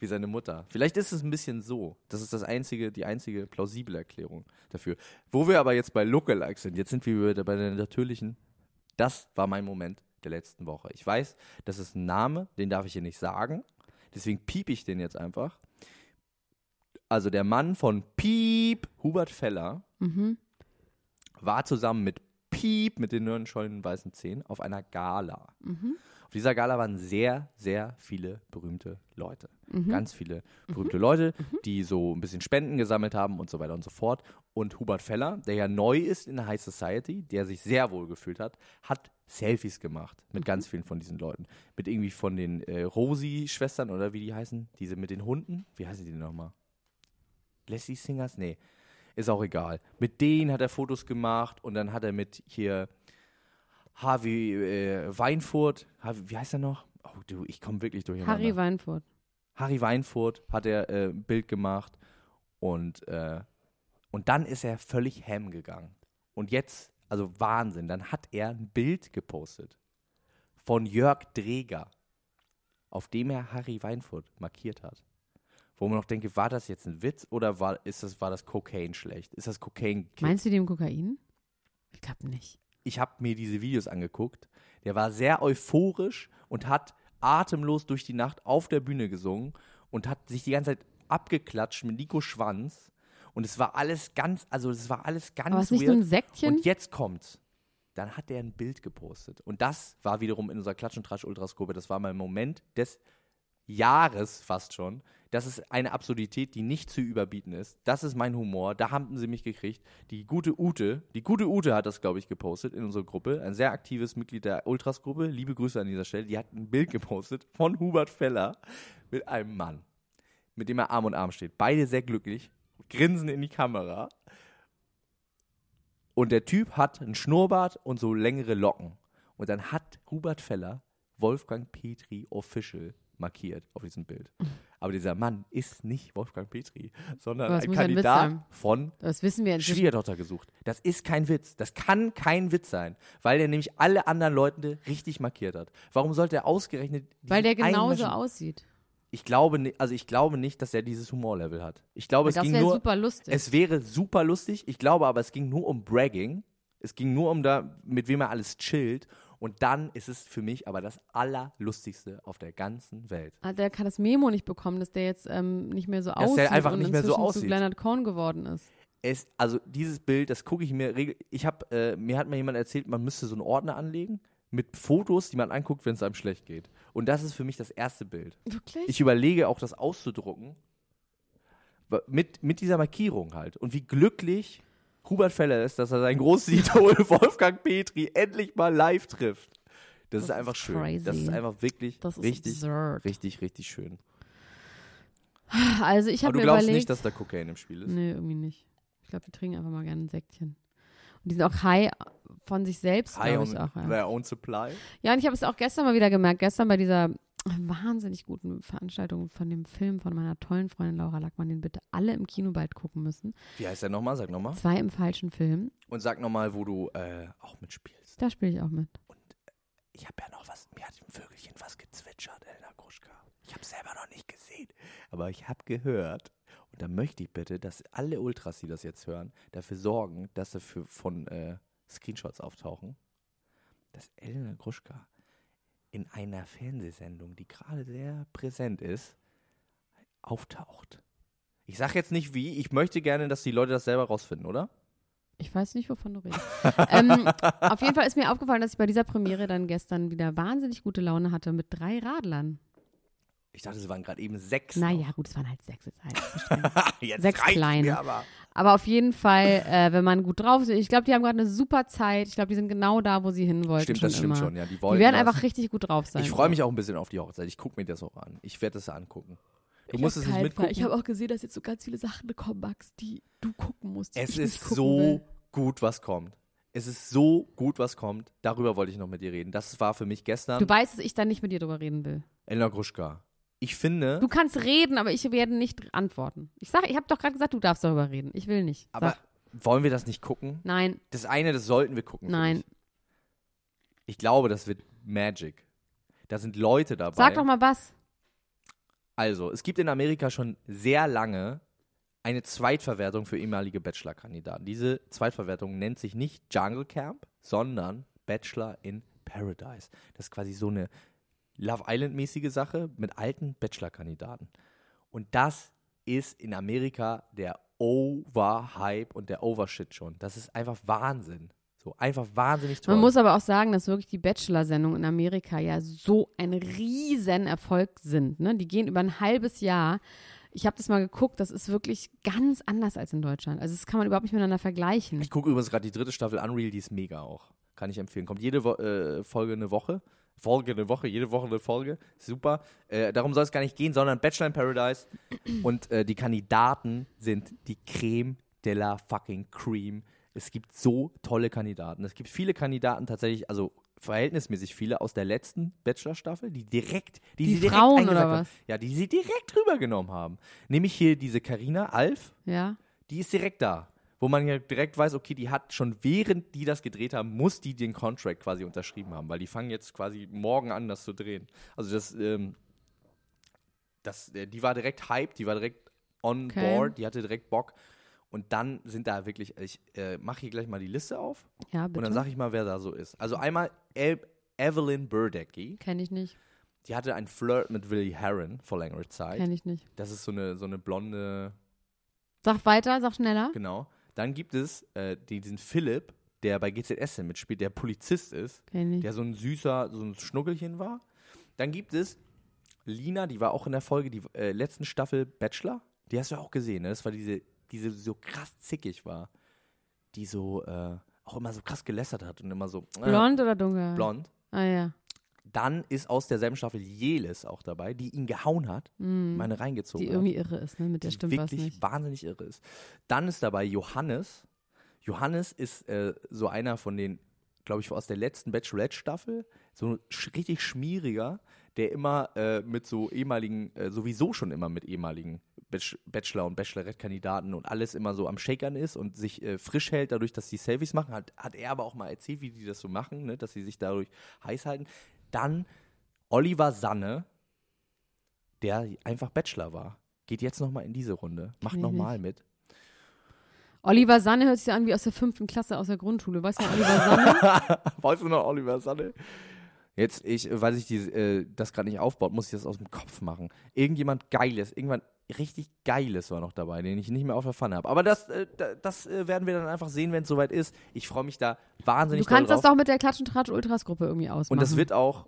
[SPEAKER 4] Wie seine Mutter. Vielleicht ist es ein bisschen so. Das ist das einzige, die einzige plausible Erklärung dafür. Wo wir aber jetzt bei Lookalike sind, jetzt sind wir wieder bei der natürlichen. Das war mein Moment der letzten Woche. Ich weiß, das ist ein Name, den darf ich hier nicht sagen. Deswegen piep ich den jetzt einfach. Also der Mann von Piep, Hubert Feller,
[SPEAKER 1] Mhm.
[SPEAKER 4] war zusammen mit Piep mit den nirrenschollen weißen Zähnen auf einer Gala.
[SPEAKER 1] Mhm.
[SPEAKER 4] Auf dieser Gala waren sehr, sehr viele berühmte Leute. Ganz viele berühmte Leute, die so ein bisschen Spenden gesammelt haben und so weiter und so fort. Und Hubert Feller, der ja neu ist in der High Society, der sich sehr wohl gefühlt hat, hat Selfies gemacht mit ganz vielen von diesen Leuten. Mit irgendwie von den äh, Rosi-Schwestern oder wie die heißen, diese mit den Hunden. Wie heißen die denn nochmal? Lassie Singers? Nee. Ist auch egal. Mit denen hat er Fotos gemacht und dann hat er mit hier Harvey äh, Weinfurt, Harvey, wie heißt er noch? Oh du, ich komme wirklich durcheinander.
[SPEAKER 1] Harry Weinfurt.
[SPEAKER 4] Harry Weinfurt hat er äh, ein Bild gemacht und, äh, und dann ist er völlig ham gegangen. Und jetzt, also Wahnsinn, dann hat er ein Bild gepostet von Jörg Dreger, auf dem er Harry Weinfurt markiert hat. Wo man noch denke, war das jetzt ein Witz oder war, ist das, war das Cocaine schlecht? Ist das Cocaine
[SPEAKER 1] Meinst du die im Kokain? Ich glaube nicht.
[SPEAKER 4] ich habe mir diese Videos angeguckt. Der war sehr euphorisch und hat atemlos durch die Nacht auf der Bühne gesungen und hat sich die ganze Zeit abgeklatscht mit Nico Schwanz. Und es war alles ganz, also es war alles ganz
[SPEAKER 1] Aber ist
[SPEAKER 4] weird.
[SPEAKER 1] nicht so ein Säckchen?
[SPEAKER 4] Und jetzt kommt's. Dann hat er ein Bild gepostet. Und das war wiederum in unserer Klatsch- und Tratsch-Ultrascope. Das war mein Moment des Jahres fast schon. Das ist eine Absurdität, die nicht zu überbieten ist. Das ist mein Humor. Da haben sie mich gekriegt. Die gute Ute, die gute Ute hat das, glaube ich, gepostet in unserer Gruppe. Ein sehr aktives Mitglied der Ultras-Gruppe. Liebe Grüße an dieser Stelle. Die hat ein Bild gepostet von Hubert Feller mit einem Mann, mit dem er Arm und Arm steht. Beide sehr glücklich, grinsen in die Kamera. Und der Typ hat einen Schnurrbart und so längere Locken. Und dann hat Hubert Feller Wolfgang Petri Official markiert auf diesem Bild. Aber dieser Mann ist nicht Wolfgang Petri, sondern
[SPEAKER 1] Aber es
[SPEAKER 4] ein
[SPEAKER 1] muss ja ein Witz
[SPEAKER 4] Kandidat
[SPEAKER 1] sein.
[SPEAKER 4] von
[SPEAKER 1] Das wissen wir inzwischen.
[SPEAKER 4] Schwiegertochter gesucht. Das ist kein Witz. Das kann kein Witz sein, weil der nämlich alle anderen Leute richtig markiert hat. Warum sollte er ausgerechnet diesen
[SPEAKER 1] Weil der
[SPEAKER 4] einen
[SPEAKER 1] genauso
[SPEAKER 4] Menschen-
[SPEAKER 1] aussieht.
[SPEAKER 4] Ich glaube, ni- also ich glaube nicht, dass er dieses Humorlevel hat. Ich glaube,
[SPEAKER 1] Weil
[SPEAKER 4] es
[SPEAKER 1] das
[SPEAKER 4] ging
[SPEAKER 1] wäre
[SPEAKER 4] nur
[SPEAKER 1] super lustig.
[SPEAKER 4] es wäre super lustig. Ich glaube aber, es ging nur um Bragging. Es ging nur um da, mit wem er alles chillt. Und dann ist es für mich aber das Allerlustigste auf der ganzen Welt.
[SPEAKER 1] Ah, der kann das Memo nicht bekommen, dass der jetzt ähm, nicht mehr so
[SPEAKER 4] der
[SPEAKER 1] aussieht
[SPEAKER 4] einfach
[SPEAKER 1] und
[SPEAKER 4] nicht mehr so
[SPEAKER 1] inzwischen zu
[SPEAKER 4] aussieht.
[SPEAKER 1] Leonard Cohen geworden ist.
[SPEAKER 4] Es, also dieses Bild, das gucke ich mir regel. Ich habe äh, mir hat mir jemand erzählt, man müsste so einen Ordner anlegen mit Fotos, die man anguckt, wenn es einem schlecht geht. Und das ist für mich das erste Bild.
[SPEAKER 1] Wirklich?
[SPEAKER 4] Ich überlege auch, das auszudrucken. Wa- Mit, mit dieser Markierung halt. Und wie glücklich Hubert Feller ist, dass er sein großes Idol Wolfgang Petri endlich mal live trifft. Das, ist
[SPEAKER 1] ist
[SPEAKER 4] einfach schön.
[SPEAKER 1] crazy.
[SPEAKER 4] Das ist einfach wirklich
[SPEAKER 1] das ist
[SPEAKER 4] richtig,
[SPEAKER 1] absurd.
[SPEAKER 4] richtig, richtig schön.
[SPEAKER 1] Also ich
[SPEAKER 4] Aber
[SPEAKER 1] habe
[SPEAKER 4] du
[SPEAKER 1] mir
[SPEAKER 4] glaubst
[SPEAKER 1] überlegt,
[SPEAKER 4] nicht, dass da Kokain im Spiel ist.
[SPEAKER 1] Nee, irgendwie nicht. Ich glaube, die trinken einfach mal gerne ein Säckchen. Und die sind auch high von sich selbst,
[SPEAKER 4] High
[SPEAKER 1] glaube
[SPEAKER 4] on
[SPEAKER 1] ich auch. Ja,
[SPEAKER 4] their own supply.
[SPEAKER 1] ja und ich habe es auch gestern mal wieder gemerkt. Gestern bei dieser wahnsinnig guten Veranstaltung von dem Film von meiner tollen Freundin Laura Lackmann, den bitte alle im Kino bald gucken müssen.
[SPEAKER 4] Wie heißt der nochmal? Sag nochmal.
[SPEAKER 1] Zwei im falschen Film.
[SPEAKER 4] Und sag nochmal, wo du äh, auch mitspielst.
[SPEAKER 1] Da spiele ich auch mit.
[SPEAKER 4] Ich habe ja noch was, mir hat ein Vögelchen was gezwitschert, Elena Gruschka. Ich habe selber noch nicht gesehen, aber ich habe gehört. Und da möchte ich bitte, dass alle Ultras, die das jetzt hören, dafür sorgen, dass sie für, von äh, Screenshots auftauchen, dass Elena Gruschka in einer Fernsehsendung, die gerade sehr präsent ist, auftaucht. Ich sage jetzt nicht wie, ich möchte gerne, dass die Leute das selber rausfinden, oder?
[SPEAKER 1] Ich weiß nicht, wovon du redest. ähm, auf jeden Fall ist mir aufgefallen, dass ich bei dieser Premiere dann gestern wieder wahnsinnig gute Laune hatte mit drei Radlern.
[SPEAKER 4] Ich dachte, es waren gerade eben sechs.
[SPEAKER 1] Naja, gut, es waren halt sechs jetzt. Halt.
[SPEAKER 4] jetzt
[SPEAKER 1] sechs
[SPEAKER 4] reicht's
[SPEAKER 1] kleine.
[SPEAKER 4] Mir aber.
[SPEAKER 1] Aber auf jeden Fall, äh, wenn man gut drauf ist, ich glaube, die haben gerade eine super Zeit. Ich glaube, die sind genau da, wo sie hin wollten.
[SPEAKER 4] Stimmt,
[SPEAKER 1] schon
[SPEAKER 4] das stimmt
[SPEAKER 1] immer.
[SPEAKER 4] schon, ja. Die,
[SPEAKER 1] Die
[SPEAKER 4] wollen
[SPEAKER 1] werden
[SPEAKER 4] das.
[SPEAKER 1] einfach richtig gut drauf sein.
[SPEAKER 4] Ich freue mich auch ein bisschen auf die Hochzeit. Ich gucke mir das auch an. Ich werde das angucken. Du musst es nicht mitgucken.
[SPEAKER 5] Ich habe auch gesehen, dass jetzt so ganz viele Sachen kommen, Max, die du gucken musst. Die
[SPEAKER 4] es
[SPEAKER 5] ich nicht
[SPEAKER 4] ist
[SPEAKER 5] gucken
[SPEAKER 4] so
[SPEAKER 5] Will.
[SPEAKER 4] gut, was kommt. Es ist so gut, was kommt. Darüber wollte ich noch mit dir reden. Das war für mich
[SPEAKER 1] Du
[SPEAKER 4] gestern
[SPEAKER 1] weißt, dass ich dann nicht mit dir drüber reden will.
[SPEAKER 4] Elena Gruschka. Ich finde,
[SPEAKER 1] Du kannst reden, aber ich werde nicht antworten. Ich sag, ich habe doch gerade gesagt, du darfst darüber reden. Ich will nicht. Sag.
[SPEAKER 4] aber wollen wir das nicht gucken?
[SPEAKER 1] nein,
[SPEAKER 4] Das eine, das sollten wir gucken. finde
[SPEAKER 1] Nein.
[SPEAKER 4] Ich. ich glaube, das wird Magic. Da sind Leute dabei.
[SPEAKER 1] sag doch mal was.
[SPEAKER 4] Also, es gibt in Amerika schon sehr lange eine Zweitverwertung für ehemalige Bachelor-Kandidaten. Diese Zweitverwertung nennt sich nicht Jungle Camp, sondern Bachelor in Paradise. Das ist quasi so eine Love Island-mäßige Sache mit alten Bachelor-Kandidaten. Und das ist in Amerika der Overhype und der Overshit schon. Das ist einfach Wahnsinn. So einfach wahnsinnig toll.
[SPEAKER 1] Man muss aber auch sagen, dass wirklich die Bachelor-Sendungen in Amerika ja so ein Riesenerfolg sind. Ne? Die gehen über ein halbes Jahr. Ich habe das mal geguckt, das ist wirklich ganz anders als in Deutschland. Also das kann man überhaupt nicht miteinander vergleichen.
[SPEAKER 4] Ich gucke übrigens gerade die dritte Staffel Unreal, die ist mega auch. Kann ich empfehlen. Kommt jede Wo äh, Folge eine Woche. Folge eine Woche, jede Woche eine Folge. Super. Äh, darum soll es gar nicht gehen, sondern Bachelor in Paradise. Und äh, die Kandidaten sind die Creme de la fucking Cream. Es gibt so tolle Kandidaten. Es gibt viele Kandidaten tatsächlich, also verhältnismäßig viele aus der letzten Bachelor-Staffel, die direkt, die,
[SPEAKER 1] Die
[SPEAKER 4] sie direkt
[SPEAKER 1] Frauen oder
[SPEAKER 4] eingesagt haben.
[SPEAKER 1] was?
[SPEAKER 4] Ja, die sie direkt rübergenommen haben. Nämlich hier diese Karina Alf
[SPEAKER 1] Ja.
[SPEAKER 4] die ist direkt da. Wo man ja direkt weiß, okay, die hat schon während die das gedreht haben, muss die den Contract quasi unterschrieben haben, weil die fangen jetzt quasi morgen an, das zu drehen. Also das, ähm, das, äh, die war direkt hyped, die war direkt on
[SPEAKER 1] Okay.
[SPEAKER 4] board, die hatte direkt Bock. Und dann sind da wirklich, ich äh, mache hier gleich mal die Liste auf
[SPEAKER 1] Ja, bitte.
[SPEAKER 4] und dann sage ich mal, wer da so ist. Also einmal El Evelyn Burdecki,
[SPEAKER 1] Kenne ich nicht.
[SPEAKER 4] Die hatte einen Flirt mit Willie Herron vor längerer Zeit.
[SPEAKER 1] Kenne ich nicht.
[SPEAKER 4] Das ist so eine, so eine blonde,
[SPEAKER 1] Sag weiter, sag schneller.
[SPEAKER 4] genau. Dann gibt es äh, die- diesen Philipp, der bei GZS mitspielt, der Polizist ist,
[SPEAKER 1] Kenn ich.
[SPEAKER 4] der so ein süßer, so ein Schnuckelchen war. Dann gibt es Lina, die war auch in der Folge, die äh, letzten Staffel Bachelor. Die hast du ja auch gesehen, ne? Das war diese, diese so krass zickig war. Die so, äh, auch immer so krass gelästert hat und immer so. äh,
[SPEAKER 1] Blond oder dunkel?
[SPEAKER 4] Blond.
[SPEAKER 1] Ah ja.
[SPEAKER 4] Dann ist aus derselben Staffel Jelis auch dabei, die ihn gehauen hat, meine reingezogen
[SPEAKER 1] Mhm. Die
[SPEAKER 4] hat,
[SPEAKER 1] irgendwie irre ist, ne? Mit der
[SPEAKER 4] die
[SPEAKER 1] stimmt was
[SPEAKER 4] wirklich
[SPEAKER 1] nicht.
[SPEAKER 4] wahnsinnig irre ist. Dann ist dabei Johannes. Johannes ist äh, so einer von den, glaube ich, aus der letzten Bachelorette-Staffel, so ein sch richtig schmieriger, der immer äh, mit so ehemaligen, äh, sowieso schon immer mit ehemaligen Bach- Bachelor- und Bachelorette-Kandidaten und alles immer so am Shakern ist und sich äh, frisch hält, dadurch, dass die Selfies machen. Hat, hat er aber auch mal erzählt, wie die das so machen, ne? dass sie sich dadurch heiß halten. Dann Oliver Sanne, der einfach Bachelor war. Geht jetzt nochmal in diese Runde. Macht
[SPEAKER 1] ich
[SPEAKER 4] nochmal mit.
[SPEAKER 1] Oliver Sanne hört sich ja an wie aus der fünften Klasse aus der Grundschule. Weißt du, Oliver
[SPEAKER 4] Also
[SPEAKER 1] Sanne?
[SPEAKER 4] Weißt du noch, Oliver Sanne? Jetzt, ich, äh, weil sich die, äh, das gerade nicht aufbaut, muss ich das aus dem Kopf machen. Irgendjemand Geiles, irgendwann richtig Geiles war noch dabei, den ich nicht mehr auf der Pfanne habe. Aber das, äh, da- das äh, werden wir dann einfach sehen, wenn es soweit ist. Ich freue mich da
[SPEAKER 1] du
[SPEAKER 4] wahnsinnig
[SPEAKER 1] kannst
[SPEAKER 4] doll
[SPEAKER 1] das
[SPEAKER 4] drauf.
[SPEAKER 1] doch mit der Klatsch- und Tratsch-Ultras-Gruppe irgendwie ausmachen.
[SPEAKER 4] Und das wird auch,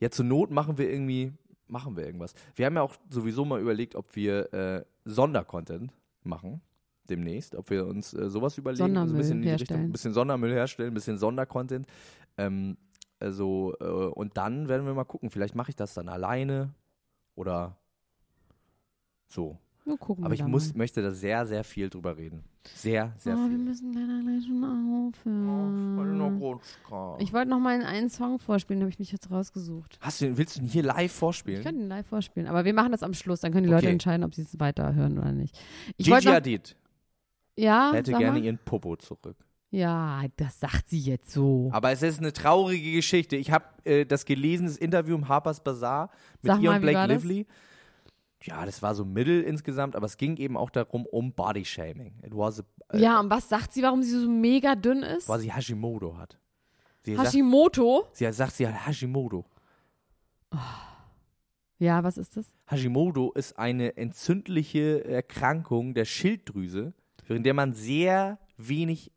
[SPEAKER 4] ja zur Not machen wir irgendwie, machen wir irgendwas. Wir haben ja auch sowieso mal überlegt, ob wir äh, Sondercontent machen demnächst, ob wir uns äh, sowas überlegen, so
[SPEAKER 1] Sondermüll
[SPEAKER 4] ein bisschen in die Richtung,
[SPEAKER 1] herstellen.
[SPEAKER 4] ein bisschen Sondermüll herstellen, ein bisschen Sondercontent. Ähm, also, äh, und dann werden wir mal gucken, vielleicht mache ich das dann alleine oder so.
[SPEAKER 1] Nur gucken
[SPEAKER 4] Aber
[SPEAKER 1] wir
[SPEAKER 4] ich
[SPEAKER 1] da
[SPEAKER 4] muss,
[SPEAKER 1] mal.
[SPEAKER 4] möchte da sehr, sehr viel drüber reden. Sehr, sehr
[SPEAKER 1] oh, wir
[SPEAKER 4] viel.
[SPEAKER 1] müssen leider gleich schon
[SPEAKER 4] Oh,
[SPEAKER 1] aufhören.
[SPEAKER 4] Rutschka.
[SPEAKER 1] Ich wollte noch mal einen- einen Song vorspielen, den habe ich mich jetzt rausgesucht.
[SPEAKER 4] Hast du, den- willst du ihn hier live
[SPEAKER 1] Ich
[SPEAKER 4] vorspielen?
[SPEAKER 1] könnte ihn live vorspielen, aber wir machen das am Schluss. Dann können die Leute
[SPEAKER 4] Okay.
[SPEAKER 1] entscheiden, ob sie es weiterhören oder nicht. Ich
[SPEAKER 4] Gigi
[SPEAKER 1] wollte noch,
[SPEAKER 4] Hadid.
[SPEAKER 1] ja,
[SPEAKER 4] hätte
[SPEAKER 1] sag
[SPEAKER 4] gerne
[SPEAKER 1] mal.
[SPEAKER 4] ihren Popo zurück.
[SPEAKER 1] ja, das sagt sie jetzt so.
[SPEAKER 4] Aber es ist eine traurige Geschichte. Ich habe äh, das gelesen, das Interview im Harper's Bazaar mit
[SPEAKER 1] Sag
[SPEAKER 4] ihr
[SPEAKER 1] mal,
[SPEAKER 4] und
[SPEAKER 1] wie war
[SPEAKER 4] Blake
[SPEAKER 1] das?
[SPEAKER 4] Lively. Ja, das war so mittel insgesamt, aber es ging eben auch darum, um Bodyshaming. It was a, äh,
[SPEAKER 1] ja, und was sagt sie, warum sie so mega dünn ist?
[SPEAKER 4] weil sie Hashimoto hat. Sie, sagt,
[SPEAKER 1] Hashimoto?
[SPEAKER 4] sie sagt, sie hat Hashimoto.
[SPEAKER 1] Ja, was ist das?
[SPEAKER 4] Hashimoto ist eine entzündliche Erkrankung der Schilddrüse, während der man sehr wenig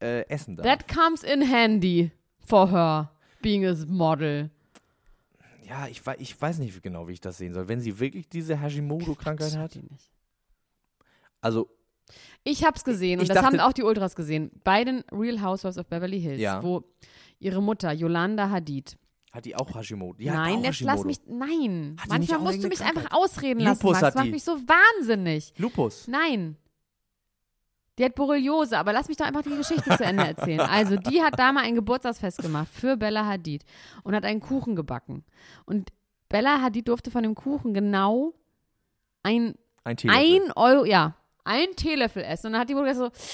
[SPEAKER 4] äh, essen darf.
[SPEAKER 1] That comes in handy for her being a model.
[SPEAKER 4] ja, ich, wei- ich weiß nicht genau, wie ich das sehen soll. Wenn sie wirklich diese Hashimoto-Krankheit
[SPEAKER 1] Das
[SPEAKER 4] Oh hat,
[SPEAKER 1] die nicht.
[SPEAKER 4] Also,
[SPEAKER 1] Ich hab's gesehen
[SPEAKER 4] Ich
[SPEAKER 1] und das
[SPEAKER 4] dachte-
[SPEAKER 1] haben auch die Ultras gesehen. Bei den Real Housewives of Beverly Hills,
[SPEAKER 4] Ja.
[SPEAKER 1] wo ihre Mutter Yolanda Hadid.
[SPEAKER 4] hat die auch Hashimoto? Die hat
[SPEAKER 1] nein,
[SPEAKER 4] auch
[SPEAKER 1] jetzt
[SPEAKER 4] Hashimoto.
[SPEAKER 1] lass mich. Nein.
[SPEAKER 4] Hat die nicht auch
[SPEAKER 1] Manchmal musst du
[SPEAKER 4] irgendeine
[SPEAKER 1] mich einfach
[SPEAKER 4] Krankheit?
[SPEAKER 1] ausreden lassen,
[SPEAKER 4] Lupus
[SPEAKER 1] Max. Das
[SPEAKER 4] hat
[SPEAKER 1] macht
[SPEAKER 4] die.
[SPEAKER 1] mich so wahnsinnig.
[SPEAKER 4] Lupus.
[SPEAKER 1] Nein. Die hat Borreliose, aber lass mich doch einfach die Geschichte zu Ende erzählen. Also, die hat da mal ein Geburtstagsfest gemacht für Bella Hadid und hat einen Kuchen gebacken. Und Bella Hadid durfte von dem Kuchen genau ein
[SPEAKER 4] Ein Teelöffel.
[SPEAKER 1] ein Euro, ja, ein Teelöffel essen. Und dann hat die Mutter gesagt so,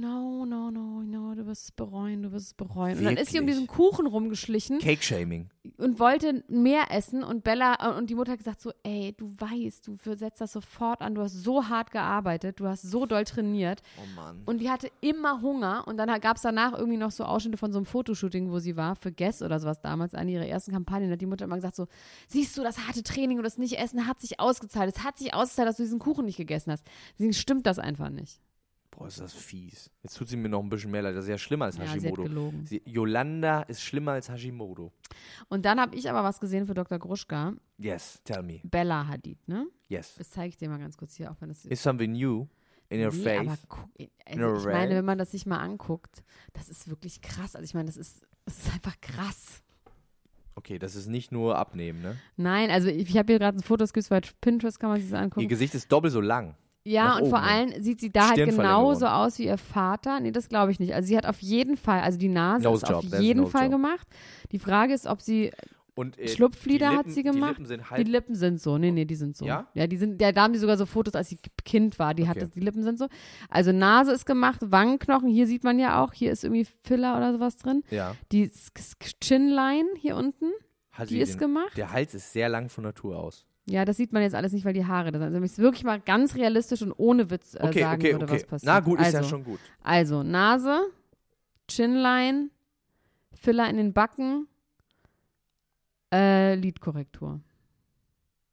[SPEAKER 1] no, no, no, no, du wirst es bereuen, du wirst es bereuen. Und dann ist sie um
[SPEAKER 4] Wirklich?
[SPEAKER 1] diesen Kuchen rumgeschlichen
[SPEAKER 4] Cake Shaming.
[SPEAKER 1] und wollte mehr essen und Bella äh, und die Mutter hat gesagt so, ey, du weißt, du setzt das sofort an, du hast so hart gearbeitet, du hast so doll trainiert
[SPEAKER 4] Oh Mann.
[SPEAKER 1] und die hatte immer Hunger und dann gab es danach irgendwie noch so Ausschnitte von so einem Fotoshooting, wo sie war für Guess oder sowas damals, eine ihrer ersten Kampagnen, da hat die Mutter immer gesagt so, siehst du, das harte Training und das Nicht-Essen hat sich ausgezahlt, es hat sich ausgezahlt, dass du diesen Kuchen nicht gegessen hast. Deswegen stimmt das einfach nicht.
[SPEAKER 4] Boah, ist das fies. Jetzt tut sie mir noch ein bisschen mehr leid. Das ist ja schlimmer als
[SPEAKER 1] Ja, sie hat
[SPEAKER 4] Hashimoto.
[SPEAKER 1] gelogen.
[SPEAKER 4] Sie- Yolanda ist schlimmer als Hashimoto.
[SPEAKER 1] Und dann habe ich aber was gesehen für Dr. Gruschka,
[SPEAKER 4] Yes, tell me.
[SPEAKER 1] Bella Hadid, ne?
[SPEAKER 4] Yes.
[SPEAKER 1] Das zeige ich dir mal ganz kurz hier, auch wenn das
[SPEAKER 4] Is something new in your
[SPEAKER 1] Nee, Aber
[SPEAKER 4] face.
[SPEAKER 1] guck,
[SPEAKER 4] In a
[SPEAKER 1] also ich meine,
[SPEAKER 4] way.
[SPEAKER 1] wenn man das sich mal anguckt, das ist wirklich krass. Also ich meine, das ist, das ist einfach krass.
[SPEAKER 4] Okay, das ist nicht nur abnehmen, ne?
[SPEAKER 1] Nein, also ich, ich habe hier gerade ein Foto, das gibt bei Pinterest, kann man sich das
[SPEAKER 4] Ihr
[SPEAKER 1] angucken.
[SPEAKER 4] Gesicht ist doppelt so lang.
[SPEAKER 1] Ja,
[SPEAKER 4] nach
[SPEAKER 1] und vor
[SPEAKER 4] oben
[SPEAKER 1] allem sieht sie da halt
[SPEAKER 4] Stirnverlängerung.
[SPEAKER 1] genauso aus wie ihr Vater. Nee, das glaube ich nicht. Also sie hat auf jeden Fall, also die Nase
[SPEAKER 4] Nose
[SPEAKER 1] ist auf
[SPEAKER 4] job, there's
[SPEAKER 1] jeden
[SPEAKER 4] no
[SPEAKER 1] Fall
[SPEAKER 4] job.
[SPEAKER 1] gemacht. Die Frage ist, ob sie,
[SPEAKER 4] Und, äh,
[SPEAKER 1] Schlupflider
[SPEAKER 4] die
[SPEAKER 1] hat
[SPEAKER 4] Lippen-
[SPEAKER 1] sie gemacht.
[SPEAKER 4] Die Lippen sind
[SPEAKER 1] die
[SPEAKER 4] halb.
[SPEAKER 1] Lippen sind so. Nee, nee, die sind so.
[SPEAKER 4] Halt. Ja?
[SPEAKER 1] Ja, die sind, ja, da haben die sogar so Fotos, als sie Kind war. Die hatte,
[SPEAKER 4] Okay.
[SPEAKER 1] die Lippen sind so. Also Nase ist gemacht, Wangenknochen, hier sieht man ja auch, hier ist irgendwie Filler oder sowas drin.
[SPEAKER 4] ja.
[SPEAKER 1] die S- S- Chinline hier unten,
[SPEAKER 4] Hat
[SPEAKER 1] die
[SPEAKER 4] sie
[SPEAKER 1] ist
[SPEAKER 4] den,
[SPEAKER 1] gemacht.
[SPEAKER 4] Der Hals ist sehr lang von Natur aus.
[SPEAKER 1] Ja, das sieht man jetzt alles nicht, weil die Haare da sind. Also wenn ich es wirklich mal ganz realistisch und ohne Witz äh,
[SPEAKER 4] Okay,
[SPEAKER 1] sagen
[SPEAKER 4] okay,
[SPEAKER 1] würde, was
[SPEAKER 4] okay.
[SPEAKER 1] passiert.
[SPEAKER 4] Na gut,
[SPEAKER 1] also,
[SPEAKER 4] ist ja schon gut.
[SPEAKER 1] Also Nase, Chinline, Filler in den Backen, äh, Liedkorrektur.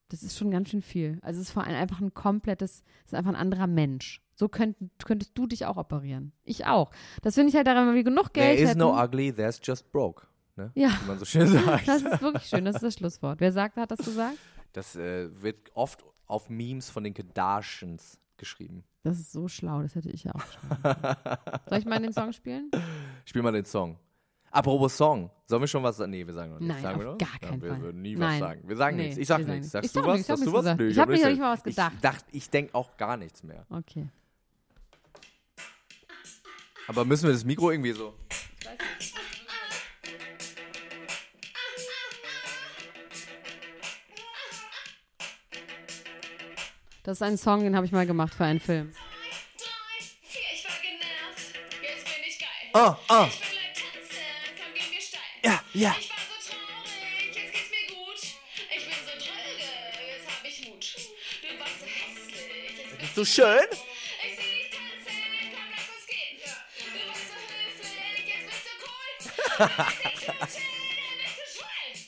[SPEAKER 1] Das ist schon ganz schön viel. Also es ist vor allem einfach ein komplettes, es ist einfach ein anderer Mensch. So könnt, könntest du dich auch operieren. Ich auch. Das finde ich halt daran, wenn wir genug Geld
[SPEAKER 4] There is
[SPEAKER 1] hätten.
[SPEAKER 4] no ugly, there's just broke. Ne?
[SPEAKER 1] Ja.
[SPEAKER 4] Wie man so schön sagt.
[SPEAKER 1] das ist wirklich schön, das ist das Schlusswort. Wer sagt, hat das gesagt?
[SPEAKER 4] Das äh, wird oft auf Memes von den Kardashians geschrieben.
[SPEAKER 1] Das ist so schlau, das hätte ich ja auch geschrieben. Soll ich mal den Song spielen?
[SPEAKER 4] Spiel mal den Song. Apropos Song. Sollen wir schon was sagen? Nee, wir sagen noch nichts.
[SPEAKER 1] Nein,
[SPEAKER 4] sagen wir
[SPEAKER 1] auf
[SPEAKER 4] noch?
[SPEAKER 1] gar
[SPEAKER 4] Ja,
[SPEAKER 1] keinen
[SPEAKER 4] wir
[SPEAKER 1] Fall.
[SPEAKER 4] würden nie was
[SPEAKER 1] Nein.
[SPEAKER 4] sagen. Wir sagen
[SPEAKER 1] Nee,
[SPEAKER 4] nichts. Ich sag
[SPEAKER 1] wir sagen
[SPEAKER 4] nichts.
[SPEAKER 1] nichts.
[SPEAKER 4] Sagst
[SPEAKER 1] Ich
[SPEAKER 4] du
[SPEAKER 1] sag
[SPEAKER 4] was?
[SPEAKER 1] nichts, ich hab
[SPEAKER 4] Sagst du
[SPEAKER 1] nichts
[SPEAKER 4] was?
[SPEAKER 1] gesagt.
[SPEAKER 4] Nö,
[SPEAKER 1] Ich hab
[SPEAKER 4] hab
[SPEAKER 1] nicht-
[SPEAKER 4] nichts
[SPEAKER 1] hab nicht mal was
[SPEAKER 4] Ich
[SPEAKER 1] gedacht.
[SPEAKER 4] dachte, ich denke auch gar nichts mehr.
[SPEAKER 1] Okay.
[SPEAKER 4] Aber müssen wir das Mikro irgendwie so.
[SPEAKER 1] Das ist ein Song, den habe ich mal gemacht für einen Film.
[SPEAKER 3] drei, vier, ich war genervt. Jetzt bin ich geil.
[SPEAKER 4] Oh, oh.
[SPEAKER 3] Ich bin like tanzen, komm, gehen wir steil.
[SPEAKER 4] Ja, ja.
[SPEAKER 3] Ich war so traurig, jetzt geht's mir gut. Ich bin so dröge, jetzt hab ich Mut. Du warst so hässlich, jetzt bist
[SPEAKER 4] So schön.
[SPEAKER 3] Ich seh dich tanzen, komm, lass uns gehen. Du warst so höflich, jetzt bist du cool. Du bist nicht hübsch, dann bist du schwul.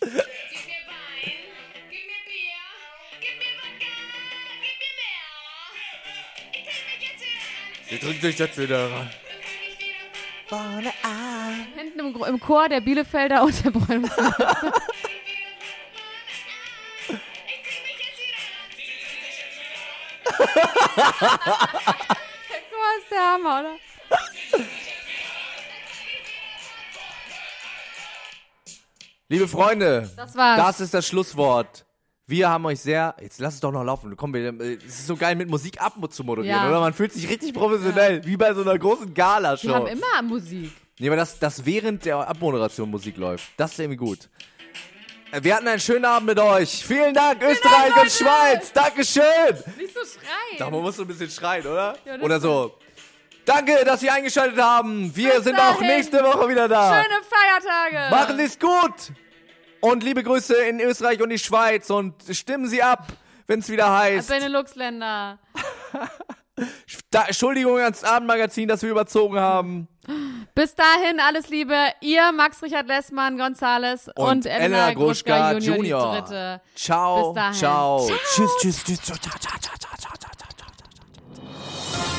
[SPEAKER 3] Gib mir Wein, gib mir Bier, gib mir Wodka, gib mir mehr. Ich denk mich jetzt wieder an.
[SPEAKER 4] Wir drücken dich jetzt wieder ran.
[SPEAKER 3] Fang ich wieder an.
[SPEAKER 4] Vorne an.
[SPEAKER 1] Hinten im, Gro- im Chor der Bielefelder und der Bräunungs
[SPEAKER 3] Ich zieh mich jetzt wieder an.
[SPEAKER 1] Guck mal, ist der Hammer, oder?
[SPEAKER 4] Liebe Freunde,
[SPEAKER 1] Das war's.
[SPEAKER 4] das ist das Schlusswort. Wir haben euch sehr. Jetzt lass es doch noch laufen. Komm, wir, äh, es ist so geil, mit Musik ab zu moderieren,
[SPEAKER 1] Ja.
[SPEAKER 4] oder? Man fühlt sich richtig professionell, wie bei so einer großen Gala-Show.
[SPEAKER 1] Wir haben immer Musik.
[SPEAKER 4] Nee, aber das, das während der Abmoderation Musik läuft, das ist irgendwie gut. Äh, Wir hatten einen schönen Abend mit euch. Vielen Dank, Österreich und Schweiz. Dankeschön.
[SPEAKER 1] Nicht so schreien.
[SPEAKER 4] Da muss so ein bisschen schreien, oder?
[SPEAKER 1] Ja, das
[SPEAKER 4] oder so. Danke, dass Sie eingeschaltet haben. Wir
[SPEAKER 1] Bis
[SPEAKER 4] sind auch
[SPEAKER 1] dahin.
[SPEAKER 4] nächste Woche wieder da.
[SPEAKER 1] Schöne Feiertage.
[SPEAKER 4] Machen Sie es gut. Und liebe Grüße in Österreich und die Schweiz. Und stimmen Sie ab, wenn es wieder
[SPEAKER 1] Also
[SPEAKER 4] heißt.
[SPEAKER 1] Benelux-Länder.
[SPEAKER 4] Da, Entschuldigung ans Abendmagazin, dass wir überzogen haben.
[SPEAKER 1] Bis dahin, alles Liebe. Ihr, Max-Richard Lessmann, Gonzales und, Elena Gruschka, Junior, Die Dritte.
[SPEAKER 4] Ciao,
[SPEAKER 1] Bis dahin.
[SPEAKER 4] ciao.
[SPEAKER 1] Ciao.
[SPEAKER 4] Tschüss, tschüss, tschüss. Ciao, ciao, ciao, ciao, ciao, ciao, ciao, ciao, ciao, ciao.